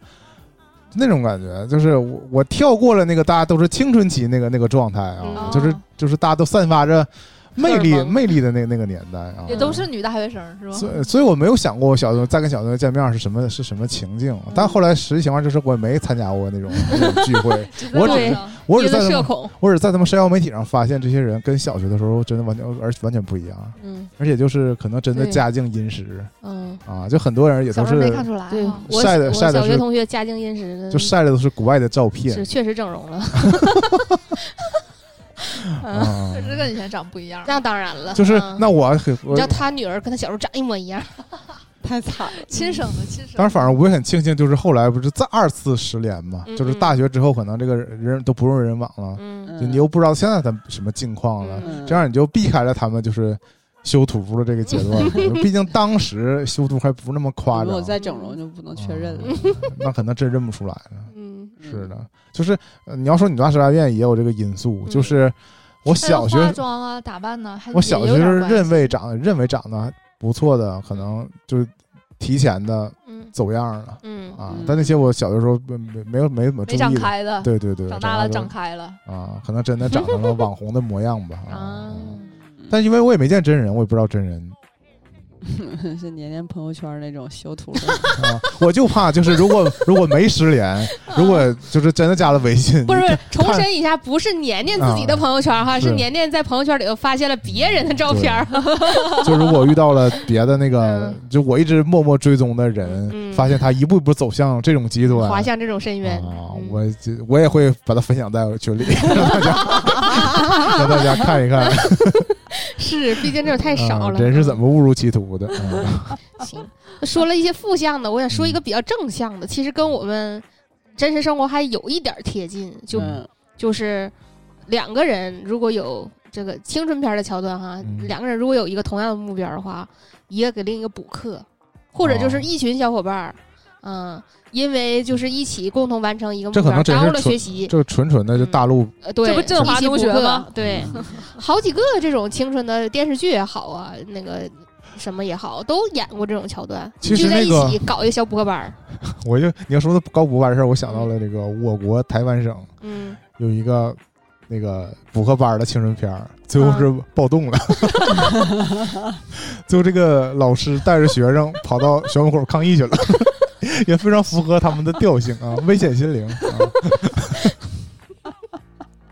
A: 那种感觉就是我我跳过了那个大家都是青春期那个那个状态啊，
B: 嗯
A: 就是
D: 哦
A: 就是大家都散发着魅力
B: 荷尔蒙
A: 魅力的那个那个年代啊，
D: 也都是女大学生是吧？
A: 所以，所以我没有想过我小时候再跟小同学见面是什么是什么情境，
B: 嗯
A: 但后来实际情况就是我也没参加过那种 那种聚会，
D: 在
A: 我
D: 网
B: 只
D: 上
A: 我只
B: 一
A: 在
B: 个
A: 他
B: 社
A: 们
B: 恐，
A: 我只在他们社交媒体上发现这些人跟小学的时候真的完全而完全不一样，
B: 嗯
A: 而且就是可能真的
B: 对
A: 家境殷实
B: 嗯，
A: 啊，就很多人也
D: 小
A: 都
D: 时候没
A: 是
D: 看出来啊，
B: 对，我
A: 晒的
B: 我
A: 晒的
B: 小学
A: 是
B: 同学家境殷实的，
A: 就晒的都是国外的照片
B: 是确实整容了。嗯，
A: 啊
D: 确，实跟以前长不一样。
B: 那当然 了，
A: 就是
B: 嗯
A: 那我很
B: 你
A: 我
B: 知道他女儿跟他小时候长一模一样，
C: 太惨了。
D: 亲生的亲生的。
A: 但是反正我也很庆幸，就是后来不是再二次失联嘛，
B: 嗯
A: 就是大学之后可能这个人都不用人网了，
B: 嗯，
A: 就你又不知道现在他们什么境况了，
B: 嗯
A: 这样你就避开了他们就是修图的这个阶 段。毕竟当时修图还不是那么夸
C: 如
A: 张
C: 果，再整容就不能确认了。
A: 啊那可能真认不出来了。
B: 嗯，
A: 是的，就是、呃你要说你拉屎大便也有这个因素，
B: 嗯
A: 就是我
D: 还
A: 小
D: 有
A: 学
D: 化妆啊，打扮呢，还
A: 我小
D: 也
A: 学
D: 有点
A: 是
D: 关
A: 认
D: 系
A: 为长得认为长得还不错的，可能就是提前的
B: 嗯
A: 走样了
B: 嗯
A: 啊
C: 嗯。
A: 但那些我小的时候没没没有没怎么注
D: 没
A: 意
D: 长
A: 的，
D: 开的，
A: 对对对，
D: 长大了
A: 之后
D: 长开了
A: 啊，可能真的长成了网红的模样 吧啊
B: 啊。，
A: 但因为我也没见真人，我也不知道真人
C: 是年年朋友圈那种修图的，
A: 啊，我就怕就是如 果如果没失联，如果就是真的加了微信，
B: 嗯不是
A: 你
B: 不
A: 看啊
B: 是，重申一下，不是年年自己的朋友圈哈，是年年在朋友圈里头发现了别人的照片儿。
A: 就如果遇到了别的那个
B: 嗯，
A: 就我一直默默追踪的人，
B: 嗯
A: 发现他一步一步走向这种极端，
B: 滑向这种深渊
A: 啊
B: 嗯，
A: 我就我也会把它分享在 群里，让大家让大家看一看，
B: 是，毕竟这种太少
A: 啊
B: 了。嗯
A: 人是怎么误入歧途的？啊
B: 行，说了一些负向的，我想
A: 嗯
B: 说一个比较正向的，其实跟我们真实生活还有一点儿贴近，就
C: 嗯
B: 就是两个人如果有这个青春片儿的桥段哈，
A: 嗯
B: 两个人如果有一个同样的目标的话，一个给另一个补课，或者就是
A: 哦
B: 一群小伙伴儿，嗯，因为就是一起共同完成一个
A: 这
B: 目
A: 可
B: 标，
A: 能真
B: 耽误
A: 是
B: 了
A: 纯
B: 学习，
A: 这纯纯的就大陆
B: 呃对，
D: 这不振华
B: 一起
D: 中
B: 补
D: 学
B: 课
D: 吗
B: 对，
A: 嗯
B: 好几个这种青春的电视剧也好啊，那个。什么也好，都演过这种桥段，
A: 其实
B: 聚在一
A: 那个
B: 起搞一个小补课班儿，
A: 我就你要说的高补班的事儿，我想到了这个我国台湾省
B: 嗯，
A: 有一个那个补课班的青春片儿，最
B: 嗯
A: 后是暴动了， 最后这个老师带着学生跑到校门口抗议去了， 也非常符合他们的调性啊，危险心灵啊。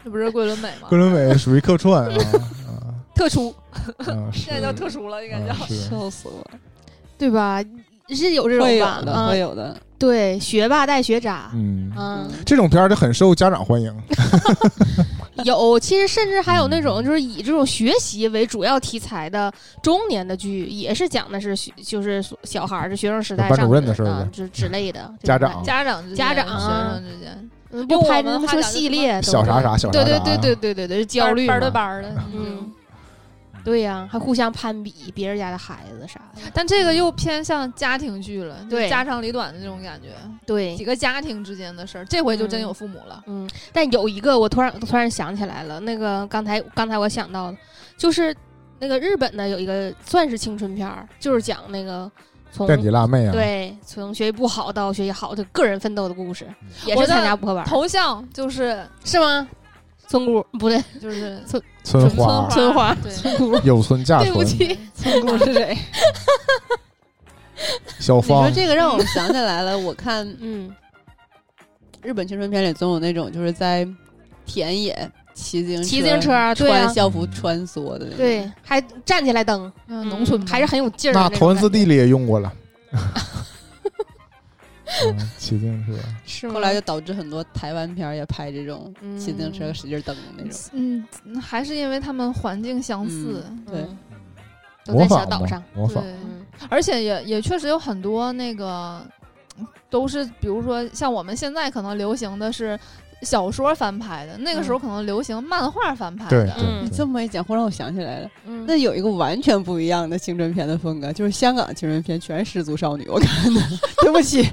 D: 这不是桂纶镁吗？
A: 桂纶镁属于客串啊啊
D: 特殊，
A: 啊，是
D: 现在叫特殊了，应该叫
A: 啊。是
C: 笑死我了！
B: 对吧？是有这种
C: 会有
B: 吧？
C: 的，会
B: 嗯，
C: 有的。
B: 对，学霸带学渣，
A: 嗯，
B: 嗯，
A: 这种片儿就很受家长欢迎。
B: 有，其实甚至还有那种就是以这种学习为主要题材的中年的剧，也是讲的是学，就是所小孩儿，就学生时代
A: 班
B: 上
A: 主任的事
B: 学
A: 儿
B: 啊
A: 呗嗯
B: 之之类的
A: 家
B: 这种
A: 长
B: 感觉
D: 家长之间、
B: 家长啊
D: 学生之间，
B: 嗯
D: 用
B: 不
D: 我
B: 拍
D: 们
B: 那么
D: 话
B: 说
D: 讲就
B: 系
D: 是
B: 列都
A: 小啥
B: 是
A: 啥，小啥啊
B: 对
A: 啥，
B: 对对对，对对对，是焦虑
D: 班儿
B: 嘛
D: 对班儿的，
B: 嗯
D: 嗯。，嗯
B: 对呀、还互相攀比别人家的孩子啥的，
D: 但这个又偏向家庭剧了，就
B: 对
D: 家长里短的这种感觉，
B: 对
D: 几，个家庭之间的事儿，这回就真
B: 嗯
D: 有父母了。
B: 嗯，但有一个我突然突然想起来了，那个刚才刚才我想到的，就是那个日本的有一个算是青春片儿，就是讲那个从
A: 垫底辣妹啊，
B: 对从学习不好到学习好的个人奋斗的故事，
A: 嗯
B: 也
D: 我
B: 是
D: 的
B: 参加补课班儿，
D: 头像就是
B: 是吗？村姑不对，
D: 就是
A: 村
D: 村
A: 花
B: 村花
D: 对，嗯
B: 姑，
A: 有村架
B: 对不
A: 纯，
B: 起，
C: 村姑是谁？
A: 小
C: 你说
A: 芳
C: 这个让我们想起来 了，我看
B: 嗯
C: 日本青春片里总有那种就是在田野骑自行
B: 骑自行车对啊
C: 穿校服穿梭的那种。
B: 对，还站起来蹬，
D: 嗯
B: 嗯
D: 农村
B: 还是很有劲儿的
A: 那
B: 种感觉。
A: 头文字 D 里也用 过了。嗯骑自行车，
B: 是吗
C: 后来就导致很多台湾片儿也拍这种
B: 嗯
C: 骑自行车使劲蹬的那种。
D: 嗯，还是因为他们环境相似，
C: 对
B: 嗯都
A: 模
B: 在小
A: 仿
B: 岛上
A: 嘛，，模仿
D: 对，
B: 嗯
D: 而且也也确实有很多那个都是，比如说像我们现在可能流行的是小说翻拍的，那个时候可能流行漫画翻拍
A: 对
D: 的。
B: 嗯
A: 对
C: 这么一讲，忽然我想起来了，
B: 嗯
C: 那有一个完全不一样的青春片的风格，就是香港青春片全是失足少女。我看的， 对不起，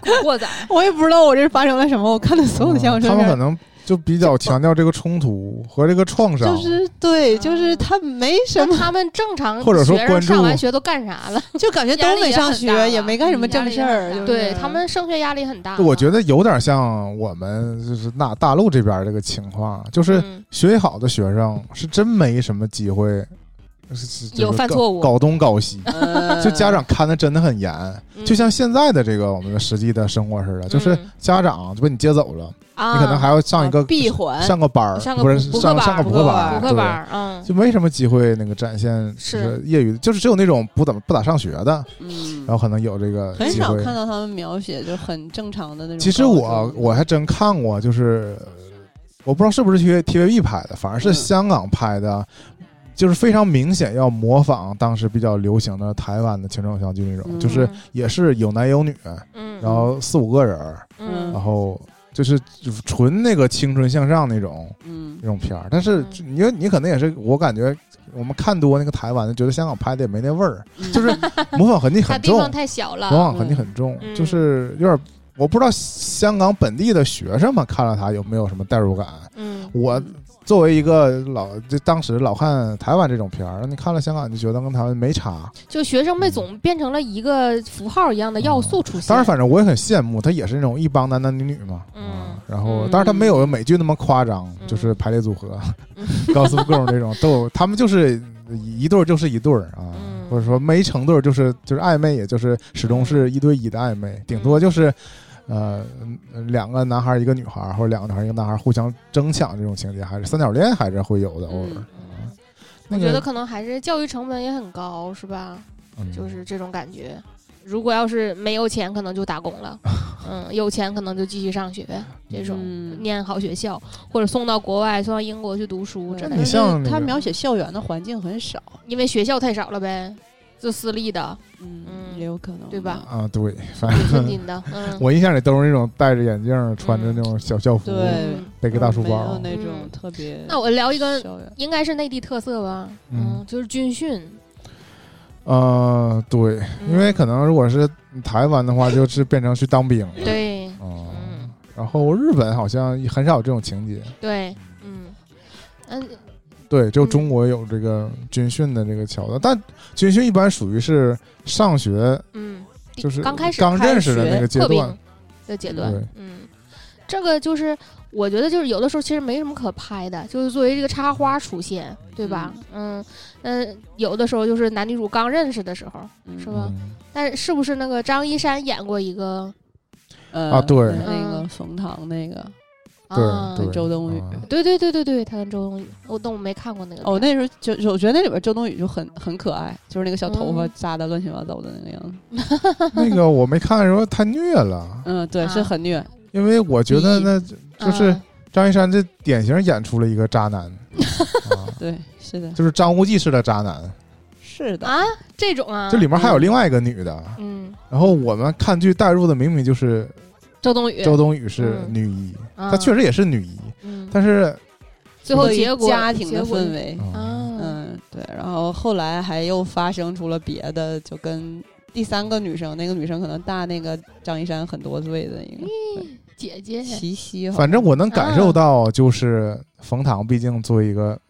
D: 古惑仔，
C: 我也不知道我这是发生了什么。我看的所有的香
A: 嗯
C: 港
A: 他
C: 青春
A: 们可
C: 片，
A: 能就比较强调这个冲突和这个创伤，
C: 就是对，就是
D: 嗯
B: 啊
C: 他没什
B: 那
C: 么，
B: 他们正常
A: 或者说
B: 学
A: 关
B: 生上完
A: 注
B: 学都干啥 了？
C: 就感觉都
D: 压力
C: 没
D: 也
C: 上
D: 很
C: 学
D: 大，吧
C: 也没干什么
D: 嗯压
C: 正
D: 力
C: 事
D: 也很
C: 儿。
D: 大
C: 就是
B: 对他们升学压力很大嘛。
A: 我觉得有点像我们就是那大陆这边这个情况，啊就是
B: 嗯
A: 学习好的学生是真没什么机会，是是就是
B: 有犯
A: 搞
B: 错误
A: 搞东搞西，
C: 呃
A: 就家长看的真的很严，
B: 嗯
A: 就像现在的这个我们的实际的生活似的，就是
B: 嗯
A: 家长就把你接走了，
B: 啊，
A: 你可能还要上一个、
C: 呃闭环，
A: 上个班儿，
B: 上个
A: 不是
B: 补
A: 上
B: 课
A: 上
B: 班
A: 个
B: 儿
A: 补
B: 补
A: 课
B: 课
A: 班
B: 班
A: 儿，
B: 儿补课
A: 对
B: 班儿，嗯，
A: 就没什么机会那个展现
B: 是
A: 就是业余，就是只有那种不怎么不咋上学的，
C: 嗯
A: 然后可能有这个
C: 很
A: 机
C: 少
A: 会。
C: 看到他们描写就很正常的那种高中。
A: 其实我我还真看过，就是呃我不知道是不是 T V T V B 拍的，反而是
C: 嗯
A: 香港拍的，就是非常明显要模仿当时比较流行的台湾的情种偶像剧那种，
C: 嗯
A: 就是也是有男有女，
B: 嗯，
A: 然后四五个人儿，
B: 嗯
A: 然后就是就是纯那个青春向上那种
C: 嗯
A: 那种片儿。但是
B: 嗯
A: 就你你可能也是，我感觉我们看多那个台湾的，觉得香港拍的也没那味儿，
C: 嗯
A: 就是模仿痕迹
B: 它
A: 很
B: 地
A: 重
B: 方，太小了，
A: 模仿痕迹很重，
B: 嗯
A: 就是有点。我不知道香港本地的学生们看了他有没有什么代入感，
B: 嗯
A: 我作为一个老，就当时老看台湾这种片儿，你看了香港，你就觉得跟台湾没差。
B: 就学生被总变成了一个符号一样的要素出现。
A: 当然，反正我也很羡慕，他也是那种一帮男男女女嘛，
B: 嗯
A: 啊，然后
B: 嗯
A: 当然他没有美剧那么夸张，
B: 嗯
A: 就是排列组合
B: 嗯、
A: 高斯各种这种都有，他们就是一对儿就是一对儿啊
B: 嗯，
A: 或者说没成对儿就是就是暧昧，也就是始终是一对一的暧昧，顶
B: 嗯
A: 多就是。呃，两个男孩儿一个女孩儿，或者两个女孩儿一个男孩儿互相争抢这种情节，还是三角恋还是会有的，偶尔。
C: 嗯
A: 啊
B: 我
A: 那个
B: 觉得可能还是教育成本也很高，是吧？
A: 嗯
B: 就是这种感觉。如果要是没有钱，可能就打工 了；嗯，有钱可能就继续上学，这种、
C: 嗯
B: 念好学校，或者送到国外，送到英国去读书，真
A: 嗯你
B: 的
C: 但
B: 是
C: 是
A: 像那
C: 他
A: 个
C: 描写校园的环境很少，
B: 因为学校太少了呗，就私 立的、
C: 嗯
B: 嗯
C: 也有可能
B: 对吧
A: 啊，对，反
B: 五寸
A: 正
B: 金的，嗯，
A: 我印象里都是那种戴着眼镜儿、穿着那种小校服、
C: 对
B: 嗯
A: 背个大书
C: 没有
A: 包。啊
C: 那
B: 嗯
C: 种特别。
B: 那我聊一个，
C: 校园，
B: 应该是内地特色吧，
A: 嗯
B: 嗯，就是军训，
A: 呃，对，
B: 嗯
A: 因为可能如果是台湾的话，就是变成去当兵了。
B: 嗯对
A: 啊
B: 嗯，
A: 然后日本好像很少有这种情节，
B: 对，嗯嗯
A: 对，只有中国有这个军训的这个桥段，但军训一般属于是上学，
B: 嗯，
A: 就是
B: 刚开始
A: 刚认
C: 开
A: 识的
C: 学
A: 那个阶
B: 破
A: 段
B: 冰。的阶段
A: 对，
B: 嗯，这个就是我觉得就是有的时候其实没什么可拍的，就是作为这个插花出现，对吧？嗯嗯，有的时候就是男女主刚认识的时候，
C: 嗯
B: 是吧
A: 嗯
B: 但是是不是那个张一山演过一个
C: 呃
A: 啊对
C: 那个冯唐那个
B: 啊？
A: 对
C: 周冬雨
A: 啊，
B: 对对对对对，他跟周冬雨，我但我没看过那个
C: 哦，
B: 片
C: 那时候就我觉得那里边周冬雨就很很可爱，就是那个小头发
B: 嗯
C: 扎的乱七八糟的那个样子。
A: 那个我没看的时候太虐了，
C: 嗯，对，
B: 啊
C: 是很虐。
A: 因为我觉得那
B: 儿
A: 就是
B: 啊
A: 张一山这典型演出了一个渣 男，啊、
C: 对，是的，
A: 就是张无忌式的渣男。
C: 是的。
B: 啊这种啊，
A: 这里面还有另外一个女的，
B: 嗯
A: 然后我们看剧带入的明明就是
B: 周冬雨，
A: 周冬雨是
B: 嗯
A: 女一，
B: 啊
A: 她确实也是女一，
B: 嗯，
A: 但是
B: 最后
C: 对于
B: 结果
C: 家庭的
B: 结果
C: 氛围，
A: 啊，
B: 啊，
C: 嗯，对。然后后来还又发生出了别的，就跟第三个女生，那个女生可能大那个张一山很多岁的一
B: 哎
C: 个
B: 姐姐
C: 齐溪好像，
A: 反正我能感受到，就是冯唐毕竟作为一个。呃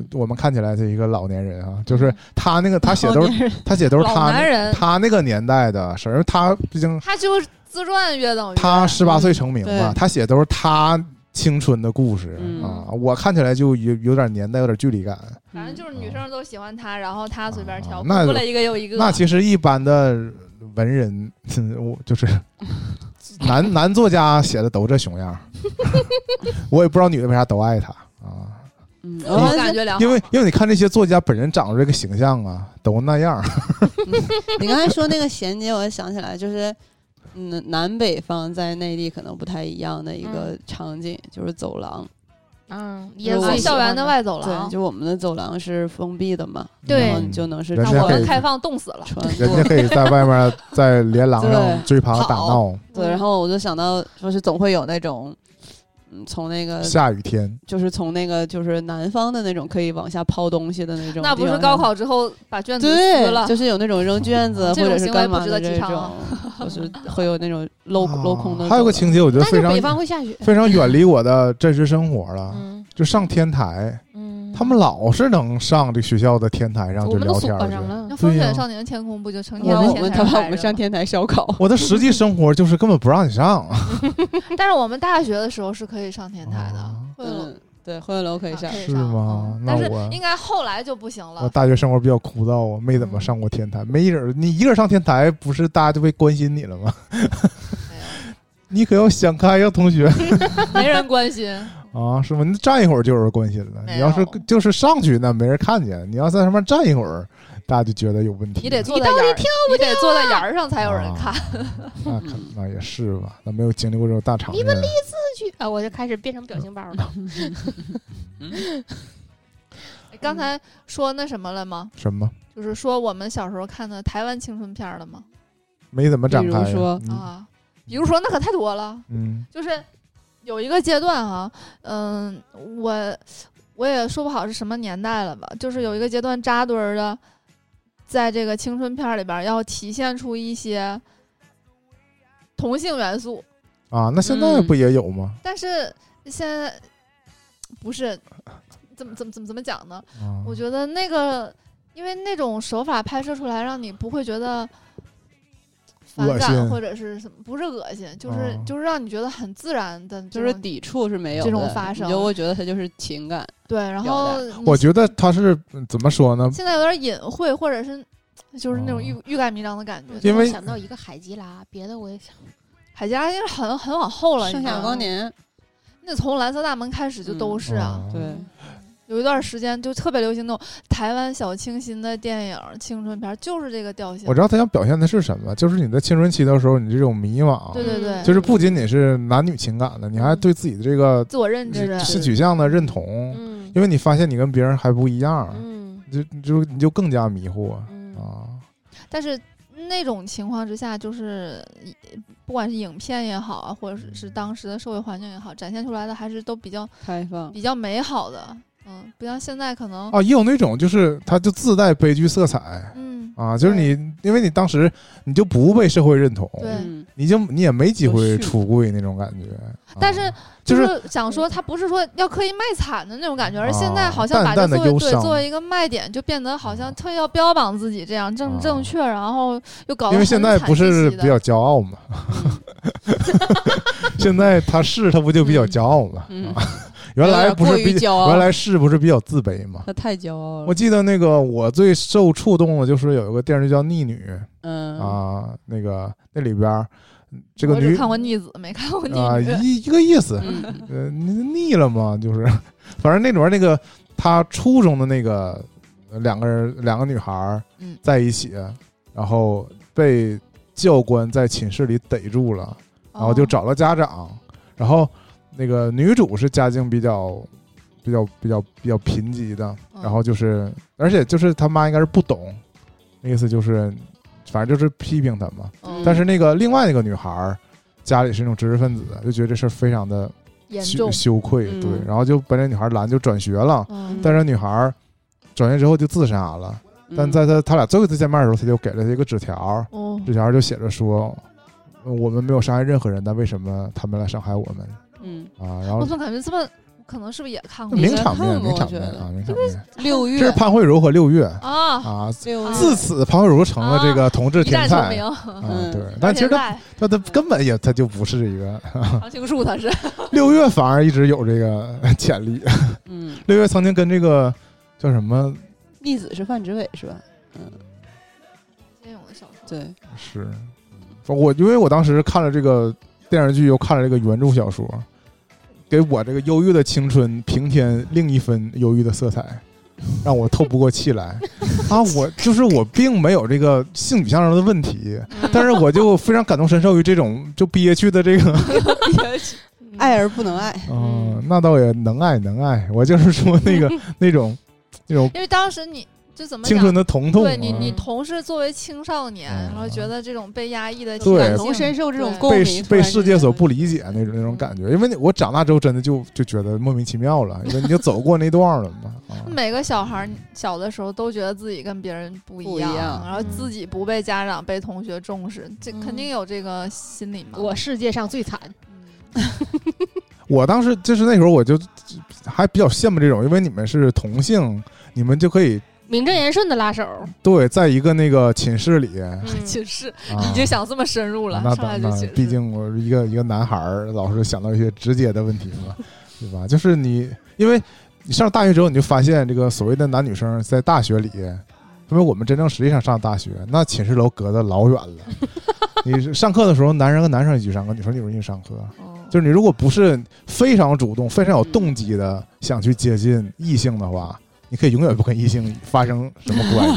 C: 嗯，
A: 我们看起来是一个老年人啊，就是他那个他写都是
C: 老年人
A: 他写都是
D: 老男
A: 他
D: 人，
A: 他那个年代的事儿，他毕竟
D: 他就是自传约等于
A: 他十八岁成名嘛，
C: 对
A: 他写都是他青春的故事、
C: 嗯
A: 啊，我看起来就有有点年代，有点距离感。
D: 反正就是女
A: 嗯
D: 生都喜欢他，然后他随便挑，
A: 啊那
D: 过来一个又一个。
A: 那其实一般的文人， 我就是 男男作家写的都这熊 样儿，我也不知道女的为啥都爱他啊。
C: 嗯，
D: 我
C: 我
D: 感
C: 感觉
D: 觉良好，
A: 因为因为你看这些作家本人长得这个形象啊，都那样儿。
C: 你刚才说那个衔接，我想起来就是。嗯，南北方在内地可能不太一样的一个场景，就是走廊。
B: 嗯，
C: 就
B: 也
C: 是
B: 最
C: 我
D: 啊
B: 喜
D: 校
B: 欢
D: 园的外走啊
C: 对，
D: 廊，
C: 就我们的走廊是封闭的嘛，
B: 对
C: 然后
A: 嗯
C: 你就能是
A: 人
C: 穿
A: 家
D: 那我
A: 可以
D: 们开放冻死了。
C: 穿
A: 人家
C: 过
A: 可以在外 面在连廊上
C: 对
A: 追爬打
C: 跑
A: 闹，
C: 对，然后我就想到，说是总会有那种，嗯，从那个
A: 下雨天
C: 就是从那个就是南方的那种可以往下抛东西的那种地方上，
D: 那不是高考之后把卷子撕
C: 对，
D: 了
C: 就，是有那 种扔卷子
D: 这
C: 或
D: 种
C: 者是
D: 行为
C: 干
D: 不
C: 嘛
D: 值
C: 的
D: 得
C: 嗯这
D: 提倡
C: 种
D: 啊，
C: 就是会有那种镂镂空的走
A: 啊
C: 廊。
A: 还有个情节，我觉得
B: 但
A: 非
B: 是
A: 常
B: 北方会下雪，
A: 非常远离我的真实生活了。
B: 嗯
A: 就上天台，
B: 嗯，
A: 他们老是能上这学校的天台上
B: 我
A: 就
B: 们都
A: 聊
B: 锁
A: 天儿去
B: 上。了
D: 那。风
A: 对呀
D: 雪少年的天空不就成
C: 我
D: 天
C: 们
D: 天
C: 我们
D: 天
C: 他
D: 上
C: 怕
D: 摆
C: 我
D: 着
C: 们上
D: 吗
C: 天台烧烤，
A: 我的实际生活就是根本不让你上，啊
D: 但是我们大学的时候是可以上天台的
A: 哦，
D: 会有
C: 嗯，对，会有楼可以
D: 啊
C: 下
D: 可。以
A: 是
D: 上
A: 吗
D: 嗯
A: 那
D: 但是
A: 我
D: 应该后来就不行了
A: 我。大学生活比较枯燥啊，没怎么上过天台，没人儿，
D: 嗯
A: 你一个人上天台，不是大家就会关心你了吗？
D: 没有
A: 你可要想开呀，同学
D: 没人关心，
A: 啊，是吗？你站一会儿就有人关心了，
D: 没
A: 你要是
D: 有
A: 就是上去那没人看见，你要在上面站一会儿，大家就觉得有问题。
D: 你得坐
B: 你
D: 在
B: 到
D: 沿
B: 底
D: 儿，
B: 跳
D: 你得坐在沿儿上才有人
A: 啊
D: 看。
A: 那可
D: 嗯
A: 那也是吧，那没有经历过这种大场
B: 你
A: 面
B: 们， 去啊！我就开始变成表情包了。
D: 刚才说那什么了吗？
A: 什么
D: 就是说我们小时候看的台湾青春片儿了吗？
A: 没怎么展开呀。
C: 比如说
A: 嗯
D: 啊，比如说那可太多了，
A: 嗯，
D: 就是有一个阶段哈、嗯，我我也说不好是什么年代了吧，就是有一个阶段扎堆儿的，在这个青春片儿里边儿要体现出一些同性元素，
A: 啊，那现在
C: 嗯
A: 不也有吗？
D: 但是现在不是怎么怎么怎么怎么讲呢？
A: 啊
D: 我觉得那个，因为那种手法拍摄出来，让你不会觉得反
A: 恶
D: 感
A: 心
D: 或者是什么，不是恶心，就是、
A: 哦
D: 就是让你觉得很自然的，
C: 就是抵触是没有
D: 这种
C: 的
D: 发生
C: 你就会觉得它就是情感，
D: 对。然
C: 表
D: 后
C: 达
D: 你
A: 我觉得他是嗯怎么说呢？
D: 现在有点隐晦，或者是就是那种
A: 哦
D: 欲、欲盖弥彰的感觉。
A: 因为
B: 想到一个海吉拉，别的我也想。
D: 海家因为很很往后了，你啊
C: 盛
D: 知道
C: 夏
D: 吗
C: 光年，
D: 那从蓝色大门开始就都
C: 嗯
D: 是啊。
A: 哦
C: 对，
D: 有一段时间就特别流行那种台湾小清新的电影、青春片，就是这个调性
A: 我。知道他想表现的是什么，就是你在青春期的时候，你这种迷茫，
D: 对嗯对对，
A: 就是是不仅仅是男女情感的，你还对自己的这个
D: 自我认知。
A: 是取向的认同，
B: 嗯
A: 因为你发现你跟别人还不一样，
B: 嗯
A: 就就你就更加迷糊啊
B: 嗯
A: 啊！
D: 但是那种情况之下，就是一不管是影片也好啊，或者是是
A: 嗯
D: 当时的社会环境也好，展现出来的还是都比较
C: 开放，
D: 比较美好的，嗯，不像现在可能，
A: 啊，也有那种就是他就自带悲剧色彩
D: 嗯，
A: 啊，就是你因为你当时你就不被社会认同，
D: 对
C: 嗯，
A: 你就你也没机会出柜那种感觉。啊
D: 但是
A: 就
D: 就是想说，他不是说要刻意卖惨的那种感觉，而现在好像
A: 啊
D: 把这
A: 淡淡的
D: 作为
A: 忧
D: 对
A: 伤嗯
D: 作为一个卖点，就变得好像特意要标榜自己这样正
A: 啊
D: 正确，然后又搞
A: 因
D: 得
A: 为
D: 很
A: 现在
D: 惨
A: 不
D: 兮
A: 是
D: 兮的
A: 比较骄傲嘛，
C: 嗯
A: 现在他是他不就比较骄傲嘛？
C: 嗯
A: 啊，原来不是比
C: 有点过于骄傲嗯
A: 原来是不是比较自卑嘛？
C: 他太骄傲
A: 我
C: 了，
A: 记得那个我最受触动的就是有一个电视剧叫《逆女》
C: 嗯，
A: 啊，那个那里边儿这个
D: 我只
A: 女
D: 看过逆子，没看过逆
A: 啊
D: 女，
A: 一一个意思，
C: 嗯，
A: 呃，你腻了吗？就是，反正那里边那个她初中的那个呃两个人两个女孩儿
C: 嗯
A: 在一起，然后被教官在寝室里逮住了，然后就
D: 哦
A: 找了家长，然后那个女主是家境比较比较比较比较贫瘠的，
C: 嗯
A: 然后就是而且就是他妈应该是不懂，那意思就是反正就是批评她嘛。
C: 嗯
A: 但是那个另外那个女孩儿家里是那种知识分子，就觉得这事儿非常的
D: 严
A: 羞
D: 重，
A: 羞愧，
C: 嗯
A: 对，然后就把这女孩拦，就转学了。
D: 嗯，
A: 但是女孩转学之后就自杀了。
C: 嗯
A: 但在她他俩最后一次见面的时候，他就给了她一个纸条，
D: 哦，
A: 纸条就写着说：“呃我们没有伤害任何人，但为什么他们来伤害我们
C: 嗯，
A: 啊？”然
D: 我
A: 后
D: 怎么感觉这么，可能是不是也看过
A: 名场
C: 应该
A: 面，
C: 看过
A: 名场
C: 我觉
A: 面
C: 得
A: 啊，名场面。
C: 六
A: 这
C: 月
A: 是潘慧茹和六月
D: 啊？
A: 啊。
C: 六月
A: 自此，潘慧茹成了这个同志
D: 一
A: 天
D: 战成
A: 才
D: 名，
A: 啊
C: 嗯，
A: 对。但其实他
D: 在
A: 他他根本也他就不是一个
D: 常青树，他是
A: 六月，反而一直有这个潜力。
C: 嗯，
A: 六月曾经跟这个叫什么
C: 逆子是范植伟是吧？嗯，
D: 这种的小说，
C: 对，
A: 是，我因为我当时看了这个电视剧，又看了这个原著小说，给我这个忧郁的青春平添另一分忧郁的色彩，让我透不过气来。啊，我就是我并没有这个性取向上的问题，
B: 嗯
A: 但是我就非常感同身受于这种就憋屈的这个，哎
C: 爱而不能爱，
A: 嗯、那倒也能爱能爱，我就是说那 个那种那种
D: 因为当时你就怎么
A: 青春
D: 讲？
A: 的疼痛、啊，
D: 对你，你同事作为青少年，
A: 嗯
D: 然后觉得这种被压抑的
A: 对
D: 感
C: 感
D: 同
C: 同身
D: 身
C: 受这种
D: 对
C: 共
A: 被
C: 鸣，突
A: 被
C: 然
A: 世
C: 之
A: 界
C: 间
A: 所不理解那种那种感觉，因为你我长大之后真的就就觉得莫名其妙了，因为你就走过那段了嘛。啊
D: 每个小孩儿小的时候都觉得自己跟别人不一
C: 不一样
D: 然后自己不被家长、被同学重视，这肯
C: 嗯
D: 定有这个心理嘛。
B: 我世界上最惨，
D: 嗯
A: 我当时就是那时候我就还比较羡慕这种，因为你们是同性，你们就可以
B: 名正言顺的拉手，嗯
A: 对在一个那个寝室里，
C: 嗯
D: 寝室
A: 啊
D: 已经想这么深入了，
A: 那
D: 上来
A: 当
D: 就
A: 然
D: 寝，室
A: 毕竟我一个一个男孩儿，老是想到一些直接的问题嘛，对吧？就是你，因为你上大学之后，你就发现这个所谓的男女生在大学里，因为我们真正实际上上大学，那寝室楼隔得老远了。 你是上课的时候，男人跟男生一起上课，女生女生一起上课。
D: 哦
A: 就是你如果不是非常主动、非常有动机的想去接近异性的话，你可以永远不跟异性发生什么关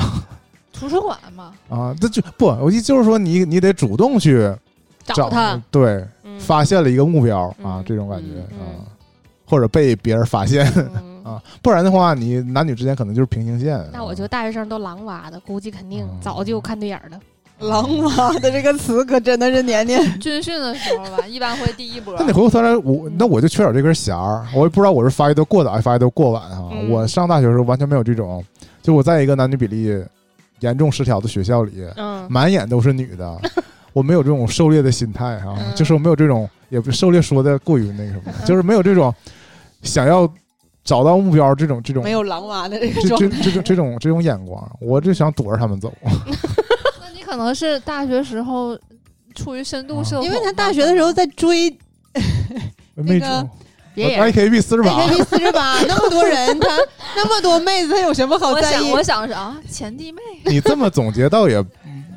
A: 系。
D: 图书馆嘛，
A: 啊，这就不，我意思就是说你你得主动去
B: 找他，
A: 对，
B: 嗯
A: 发现了一个目标啊
B: 嗯，
A: 这种感觉
B: 嗯
A: 啊，或者被别人发现，
B: 嗯
D: 嗯
A: 啊，不然的话，你男女之间可能就是平行线。啊
B: 那我觉得大学生都狼娃的，估计肯定
A: 嗯
B: 早就看对眼儿了。
C: 狼娃的这个词可真的是年年
D: 军训的时候吧，一般会第一波
A: 那。你回过头来，我
B: 嗯
A: 那我就缺少这根弦 儿，我也不知道我是发育的过早还是发育的过晚哈、
B: 嗯
A: 我上大学的时候完全没有这种，就我在一个男女比例严重失调的学校里，
B: 嗯，
A: 满眼都是女 的，我没有这种狩猎的心态哈、
B: 嗯
A: 就是我没有这种，也不狩猎说的过于那个什么，就是没有这种想要找到目标这种这种
C: 没有狼娃的这个
A: 这
C: 状
A: 这
C: 态。
A: 这种这种这种眼光，我就想躲着他们走。
D: 那你可能是大学时候处于深度
A: 啊
D: 社恐吧，
C: 因为他大学的时候在追
A: 没
C: 那个
B: 别也
A: A K B 四十八，
C: AKB 哎四十八，那么多人，他那么多妹子，他有什么好
D: 我
C: 在
D: 想
C: 意？
D: 我想是啊，前弟妹，
A: 你这么总结倒也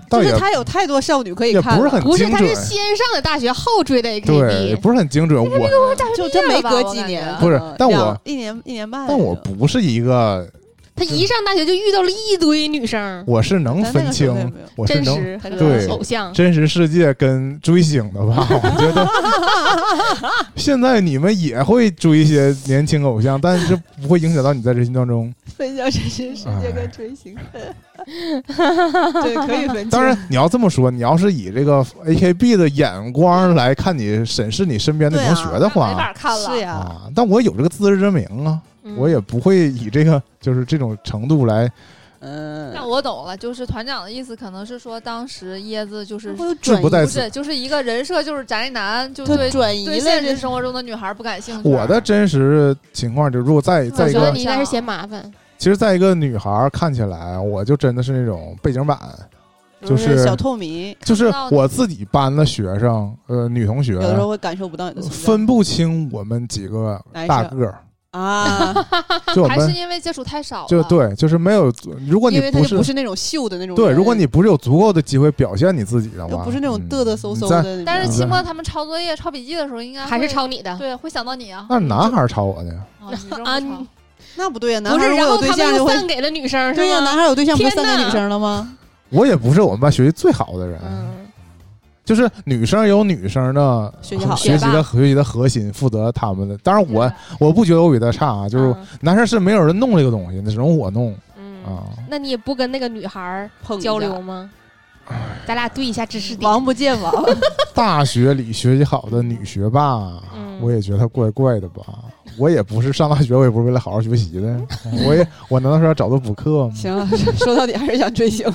A: 倒
C: 嗯就
A: 也
C: 是他有太多少女可以
A: 也
C: 看
A: 不是
C: 了，
A: 很
B: 不是，
A: 精
B: 他是
A: 准，
B: 先上的大学，后追的
A: 哎对，也
B: AKB。
A: 不是很精准。我
C: 就真没隔几
D: 我
C: 年，
D: 感觉
A: 不是
C: 嗯
A: 但我
C: 两一年一年半，
A: 但我不是一个，
B: 他一上大学就遇到了一堆女生，
A: 我是能分
C: 咱那个时候也
A: 清
C: 没有，
A: 我是
B: 真
A: 能
B: 实和
A: 对
B: 偶像。
A: 真实世界跟追星的吧？我觉 得现在你们也会追一些年轻偶像，但是不会影响到你在人群当中。
C: 分享真实世
A: 哎
C: 界跟追星， 对，可以分清。
A: 当然，你要这么说，你要是以这个 A K B 的眼光来看你审视你身边的
C: 对
A: 同
C: 啊
A: 学的
D: 没
A: 话
D: 法看了。
C: 是呀，
A: 啊，但我有这个自知之明啊，
B: 嗯
A: 我也不会以这个就是这种程度来
C: 嗯
D: 那，我懂了，就是团长的意思，可能是说当时椰子就是
C: 会有
A: 志
C: 转
A: 不
C: 移，
A: 在
D: 不
A: 此。
D: 是就是一个人设就是宅男，就
C: 他
D: 对
C: 转移
D: 对
C: 了
D: 现
C: 这
D: 实生活中的女孩不感兴趣。啊
A: 我的真实情况就是，如果在在
B: 我
A: 一
B: 觉得
A: 个
B: 你应该是嫌麻烦，
A: 其实，在一个女孩儿看起来，我就真的是那种背景板，就是
C: 是小透明，
A: 就是
D: 看不到你
A: 我自己班的学生，呃，女同学
C: 有的时候会感受不到你的存在
A: 分不清我们几个大个儿，
C: 啊，
A: 就我
D: 还是
A: 们
D: 因为接触太少了，
A: 就对，就是没有，如果你
C: 因为他
A: 是
C: 就不是那种秀的那种人，
A: 对，如果你不是有足够的机会表现你自己的
C: 又
A: 话，
C: 不是那种
A: 嗯
C: 嘚嘚嗖嗖
A: 你在
C: 的那种，
D: 但
A: 嗯
D: 是期末他们抄作业、抄笔记的时候，应该会
B: 还是抄你的。
D: 对会想到你啊。
A: 那男孩儿吵我呢？
D: 啊女
B: 啊
D: 生不抄
B: 你
C: 那不对呀，男
B: 不
C: 孩
B: 是，
C: 如
B: 然
C: 果
B: 后
C: 有对
B: 他
C: 象
B: 们
C: 就
B: 就
C: 会，
B: 散给了女生，
C: 对呀，
B: 是吗
C: 男孩有对象不是
B: 天
C: 散给
B: 哪
C: 女生了吗？
A: 我也不是我们班学习最好的人，
B: 嗯，
A: 就是女生有女生的
C: 学习好
A: 学习
B: 学霸
A: 的学习的核心，负责他们的。当然我，
D: 对
C: 啊
A: 我不觉得我比他差啊，就是
B: 嗯
A: 男生是没有人弄这个东西，那只能我弄
B: 嗯，
A: 啊。
B: 那你也不跟那个女孩儿
C: 碰一下
B: 交流，吗？
A: 哎
B: 咱俩对一下知识点。
C: 王不见王，
A: 大学里学习好的女学霸，
B: 嗯
A: 我也觉得怪怪的吧。我也不是上大学，我也不是为了好好学习的，我也我难道是要找他补课吗？
C: 行了， 说到底还是想追星，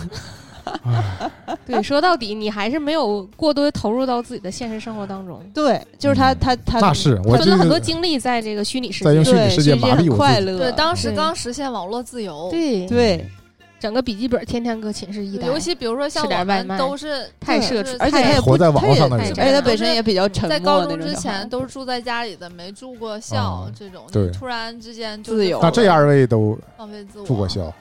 B: 对，说到底，你还是没有过多地投入到自己的现实生活当中，
C: 对，就是他他他
A: 那是我
B: 分
A: 就
B: 了很多
A: 是
B: 精力在这个虚拟世
A: 在用
B: 界。
A: 虚拟
C: 对，
A: 世
C: 是
A: 界
C: 一
A: 麻痹我
C: 件很
A: 自
C: 快
A: 己
C: 乐，
D: 对，当时
B: 对
D: 刚实现网络自由，
B: 对，
C: 对，
B: 整个笔记本天天搁寝室一待，
D: 尤其比如说像
B: 吃点
D: 我
B: 外
D: 们
B: 卖
D: 都是
B: 太
D: 就是
B: 社畜
C: 而且他
B: 太
C: 也不
A: 活在网络上的
C: 他也
A: 人
C: 而且他本身也比较沉默，
D: 在高中之前，都是住在家里的，没住过校
A: 啊，
D: 这种
A: 对
D: 突然之间就
C: 自由
A: 那这二位都
D: 放飞自我，
A: 住过校，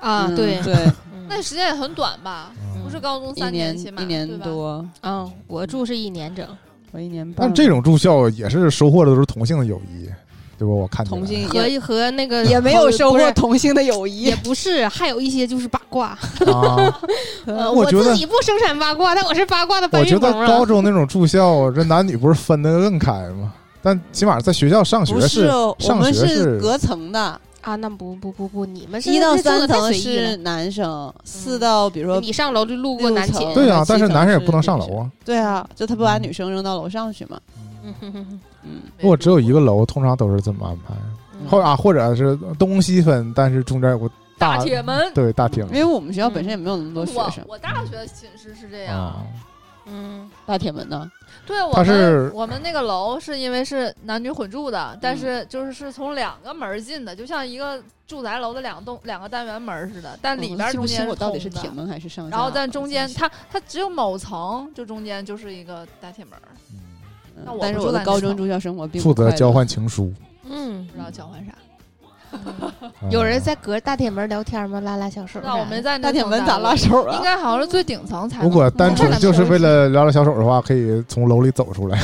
B: 啊，对，
C: 对，
B: 嗯
D: 那时间也很短吧，
A: 嗯
D: 不是高中
C: 一
D: 三
C: 年
D: 起码
C: 一
D: 对
C: 年
D: 吧
C: 多，
B: 嗯，我住是一年整，
C: 我一年半，
A: 但这种住校也是收获的都是同性的友谊，对吧？我看起来
C: 同性
B: 和
C: 也
B: 和那个
C: 也没有收
B: 不
C: 获
B: 是
C: 同性的友谊
B: 也，不是，还有一些就是八卦。
A: 啊，
B: 呃，
A: 我
B: 我
A: 觉得
B: 自己不生产八卦，但我是八卦的搬
A: 我
B: 运
A: 觉得
B: 工了。
A: 高中那种住校，这男女不是分的更开吗？但起码在学校上学
C: 不是哦，我
A: 上
C: 们
A: 学
C: 是
A: 是
C: 隔层的，
B: 啊，那不不不不，你们是
C: 一到
B: 这做得
C: 三
B: 太
C: 层
B: 随意了
C: 是男生，四到比如说
B: 你上楼就路过男寝
C: 六，层
A: 对啊，
C: 七
A: 但是
C: 成
A: 男生也
C: 是
A: 不能
C: 女
A: 上楼
C: 生
A: 啊。
C: 对啊，就他不把女生扔到楼上去嘛，
B: 嗯哼哼哼
C: 嗯，
A: 如果只有一个楼，通常都是这么安排，
B: 嗯
A: 或者啊，或者是东西分，但是中间有个
D: 大铁门。
A: 对大厅
C: 因为我们学校本身也没有那么多学
D: 我
C: 生，
D: 我大学寝室是这样，
A: 啊，
B: 嗯，
C: 大铁门呢，
D: 对，我
A: 它
D: 们
A: 是嗯
D: 我们那个楼是因为是男女混住的，但是就是是从两个门儿进的，就像一个住宅楼的两栋两个单元门儿似的，但里边
C: 我
D: 儿
C: 哦记
D: 中
C: 不
D: 间
C: 清我到底是
D: 是通
C: 铁
D: 的。
C: 门还是上下，
D: 然后但中间
C: 我记不清
D: 它它只有某层，就中间就是一个大铁门儿，
C: 嗯
D: 那我
C: 但是
D: 不
C: 我
D: 住
C: 的
D: 在
C: 高
D: 那
C: 中
D: 层
C: 住校生活并不
A: 负责
C: 快乐
A: 交换情书。
B: 嗯
D: 不知道交换啥。
A: 嗯
B: 有人在隔着大铁门聊天吗？拉拉小手
D: 不
B: 啥的。
D: 知道我没在那
C: 大铁
D: 层
C: 门
D: 单
C: 咋
D: 位
C: 拉手
D: 应
C: 啊？
D: 该好像是最顶层才能。
A: 如果单纯就是为了聊聊小手的话，可以从楼里走出来。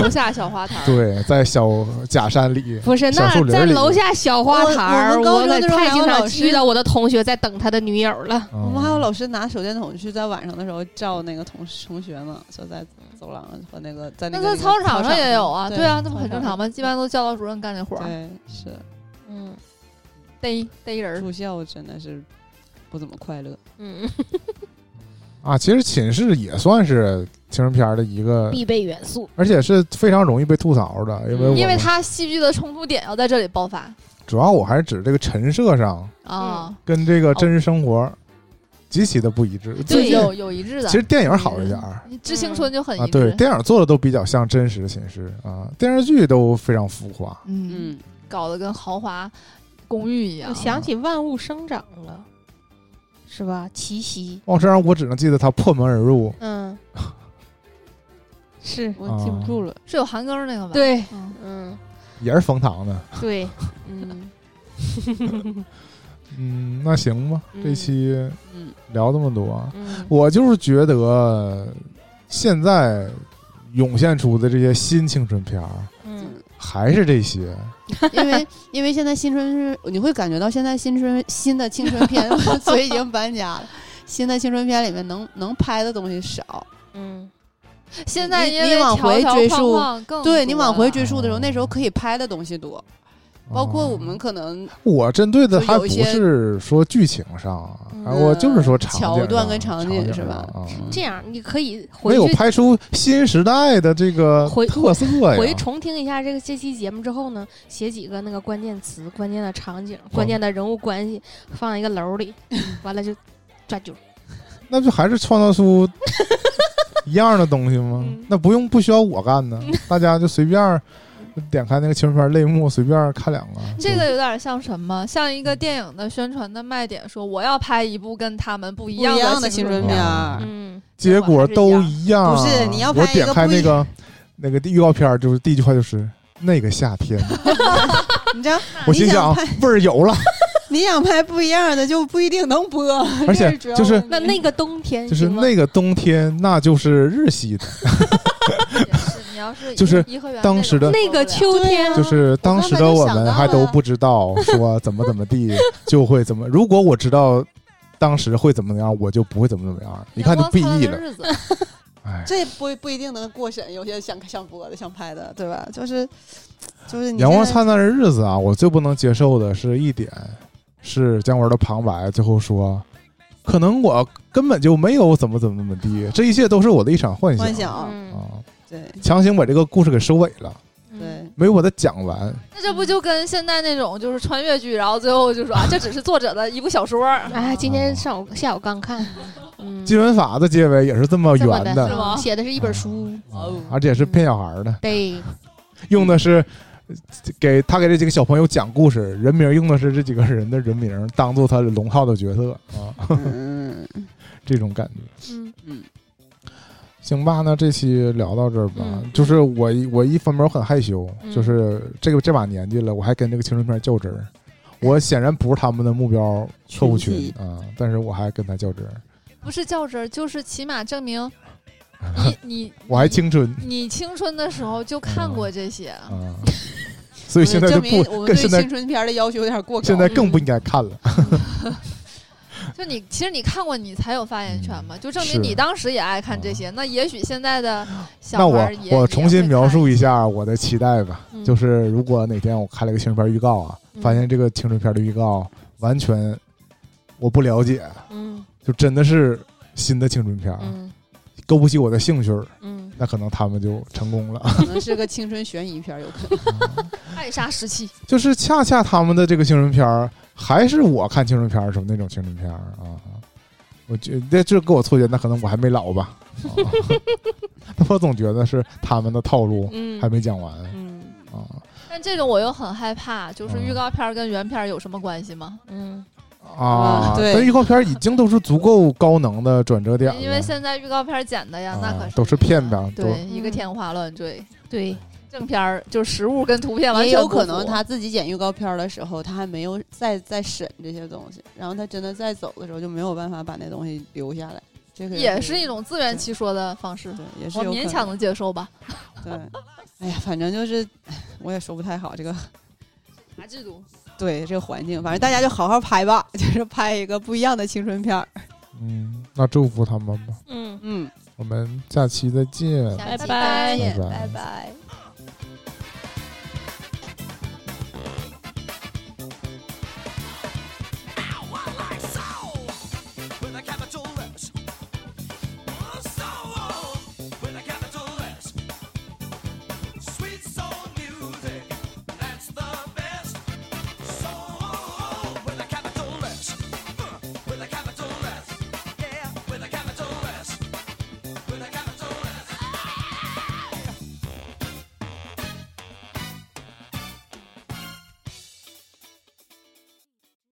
D: 楼下小花坛 儿。
A: 对，在小假山里，
B: 不是，
A: 小树
B: 那
A: 林
B: 在
A: 里
B: 楼下小花
C: 我
B: 坛儿，
C: 我们高
B: 我
C: 中的
B: 可
C: 时候
B: 太
C: 还有
B: 经
C: 老
B: 常
C: 师
B: 遇到我的同学在等他的女友了。
A: 嗯
C: 我们还有老师拿手电筒去在晚上的时候照那个同事同学呢，就在走廊和那个在
D: 那
C: 个
D: 在操场上也有啊，
C: 对
D: 对啊，那不很正常
C: 吗？
D: 吗？一般都教导主任干这活儿，
C: 对，是
B: 嗯
D: 逮逮人儿。
C: 住校真的是不怎么快乐。
B: 嗯，
A: 啊，其实寝室也算是青春片儿的一个，
B: 必备元素。
A: 而且是非常容易被吐槽的，因为
B: 嗯
A: 我
D: 因为
A: 们
D: 他戏剧的冲突点要在这里爆发
A: 主要我还是指这个陈设上
D: 啊，
A: 跟这个真实生活极其的不一致。
D: 就
A: 最
B: 对
A: 近
D: 有有一致的。
A: 其实电影好一点儿
D: 你致青春就嗯很
A: 啊
D: 一，
A: 对，
D: 致，
A: 电影做的都比较像真实的寝室啊，电视剧都非常浮夸。
D: 嗯，
C: 嗯，
D: 搞得跟豪华公寓一样
B: 我。想起万物生长了，是吧？奇袭，
A: 往身上我只能记得他破门而入，
B: 嗯，是
C: 我记不住了。
D: 是有韩庚儿那个吧？，
B: 对，
D: 嗯，
B: 嗯，
A: 也是冯唐的。
B: 对，
C: 嗯
A: 嗯，那行吧，这
B: 嗯
A: 期
C: 嗯，
A: 聊这么多啊，
B: 嗯，
A: 我就是觉得现在涌现出的这些新青春片儿
B: 嗯，
A: 还是这些，
C: 因为因为现在新春是，你会感觉到现在新春新的青春片， 所以已经搬家了。新的青春片里面能能拍的东西少，
B: 嗯，
D: 现在
C: 你
D: 因
C: 你
D: 为
C: 往
D: 条
C: 回
D: 条
C: 追
D: 框
C: 溯
D: 框更
C: 对你往
D: 多
C: 回
D: 了
C: 追溯
A: 哦
C: 的时候，那时候可以拍的东西多，包括我们可能
A: 啊我针对的
C: 就
A: 还
C: 有
A: 不
C: 一些
A: 是说剧情上啊，
B: 嗯
A: 我就是说场景上
C: 桥段跟
A: 场
C: 场
A: 景
C: 景
A: 上
C: 是吧
A: 啊？
B: 这样你可以
A: 没
B: 回
A: 有
B: 去
A: 拍出新时代的这个
B: 回
A: 特色呀。
B: 回重听一下这个这期节目之后呢，写几个那个关键词、关键的场景、关键的人物关系，放一个 楼里，完了就抓阄。
A: 那就还是创造出一样的东西吗
B: 嗯？
A: 那不用不需要我干呢，大家就随便儿点开那个青春片类目，随便儿看两个。
D: 这个有点像什么？像一个电影的宣传的卖点，说我要拍一部跟他们不一
C: 不一样
D: 的
C: 的
D: 青
C: 青春
A: 片
D: 片。
C: 儿
B: 嗯，
A: 结果都一样。
C: 不是你要拍
A: 我
C: 一个
A: 点开
C: 不一
A: 那个那个预告片儿，就是第一句话就是那个夏 天，
C: 你知道，
A: 我心
C: 你想
A: 想
C: 拍
A: 味儿 有了，
C: 你想拍不一样的就不一定能播，
A: 而且
C: 这主要
A: 就是
B: 那那个冬天
A: 嗯就是
B: 行吗
A: 那个冬天，那就是日系 的，
D: 也是，你要 是
A: 就是
D: 颐和园
A: 当
D: 那
A: 时
D: 种
A: 的
B: 那个
D: 受
B: 秋天
C: 对啊
A: 就是当时的我们还都不知道说怎么怎么地就会怎么。如果我知道当时会怎么样，我就不会怎么怎么样。一
D: 不了
A: 看就 BE 了，
D: 阳光灿烂的日子
A: 哎，
C: 这不不一定能过审，有些想想播的、想拍的，对吧？就是就是你
A: 阳光
C: 现在
A: 灿烂的日子啊，我最不能接受的是一点，是姜文的旁白最后说，可能我根本就没有怎么怎么怎么地，这一切都是我的一场幻想。
C: 幻想，
B: 嗯，
A: 啊，
C: 对
A: 强行把这个故事给收尾了，
C: 对，
A: 没有把它讲完。
D: 那这不就跟现在那种就是穿越剧，然后最后就说啊，这只是作者的一部小说儿，
B: 哎，今天上午下午 刚看，嗯，
A: 金文法的结尾也是这么
B: 这么
A: 圆
B: 的
D: 是吗
B: 写的是一本书，
A: 啊而且是骗小孩儿的。
B: 对，
A: 用的是呃给他给这几个小朋友讲故事，人名用的是这几个人的人名，当做他的龙套的角色啊，
C: 嗯
A: 这种感觉。
B: 嗯
C: 嗯，
A: 行吧，那这期聊到这儿吧。
B: 嗯
A: 就是我一我一方面我很害羞，
B: 嗯
A: 就是这个这把年纪了，我还跟这个青春片较真儿。我显然不是他们的目标客户
C: 群
A: 群
C: 体
A: 啊，但是我还跟他较真儿，
D: 不是较真儿，就是起码证明你你
A: 嗯 我还青春
D: 你青春的时候就看过这些，
A: 啊，所以现在就
C: 嗯证明
A: 不
C: 我们
A: 跟
C: 对
A: 现在
C: 青春片的要求有点过高。
A: 现在更不应该看了。
D: 就你其实你看过你才有发言权嘛，就证
A: 嗯是嗯
D: 明你当时也爱看这些。那也许现在的
A: 那
D: 小孩
A: 我
D: 儿也
A: 我重新描述
D: 一
A: 一下我的期待吧，
B: 嗯
A: 就是如果哪天我看了一个青春片预告啊，
B: 嗯
A: 发现这个青春片的预告完全我不了解，
B: 嗯
A: 就真的是新的青春片儿，啊
B: 嗯
A: 勾不起我的兴趣儿，
B: 嗯，
A: 那可能他们就成功了。
C: 可能是个青春悬疑片，有可 能。
D: 爱莎时期，
A: 就是恰恰他们的这个青春片儿，还是我看青春片儿时候那种青春片儿啊。我觉得这给我错觉，那可能我还没老吧。 啊我总觉得是他们的套路
B: 嗯
A: 还没讲完
B: 嗯
A: 啊。
D: 但这种我又很害怕，就是
A: 嗯
D: 预告片儿跟原片儿有什么关系吗？
B: 嗯
A: 啊，
C: 嗯对
A: 但预告片已经都是足够高能的转折点了，
D: 因为现在预告片儿剪的呀，
A: 啊
D: 那可是
A: 都是骗子啊
D: 对，一个
B: 嗯
D: 天花乱坠。
B: 对，
D: 正片儿就是实物跟图片完
C: 也
D: 全
C: 有
D: 不符
C: 可能他自己剪预告片的时候，他还没有再再审这些东西，然后他真的再走的时候就没有办法把那东西留下来。这个
D: 也是一种自圆
C: 对
D: 其说的方式，
C: 对，也是
D: 我
C: 有
D: 勉
C: 可
D: 强
C: 能
D: 能接受吧。
C: 对。哎呀，反正就是，我也说不太好这个
D: 啥制度？
C: 对这个环境，反正大家就好好拍吧， 就是拍一个不一样的青春片儿。
A: 嗯，那祝福他们吧。
B: 嗯。
C: 嗯，
A: 我们下期再见。
B: 拜
D: 下期
B: 拜
D: 见
A: 拜拜
D: 拜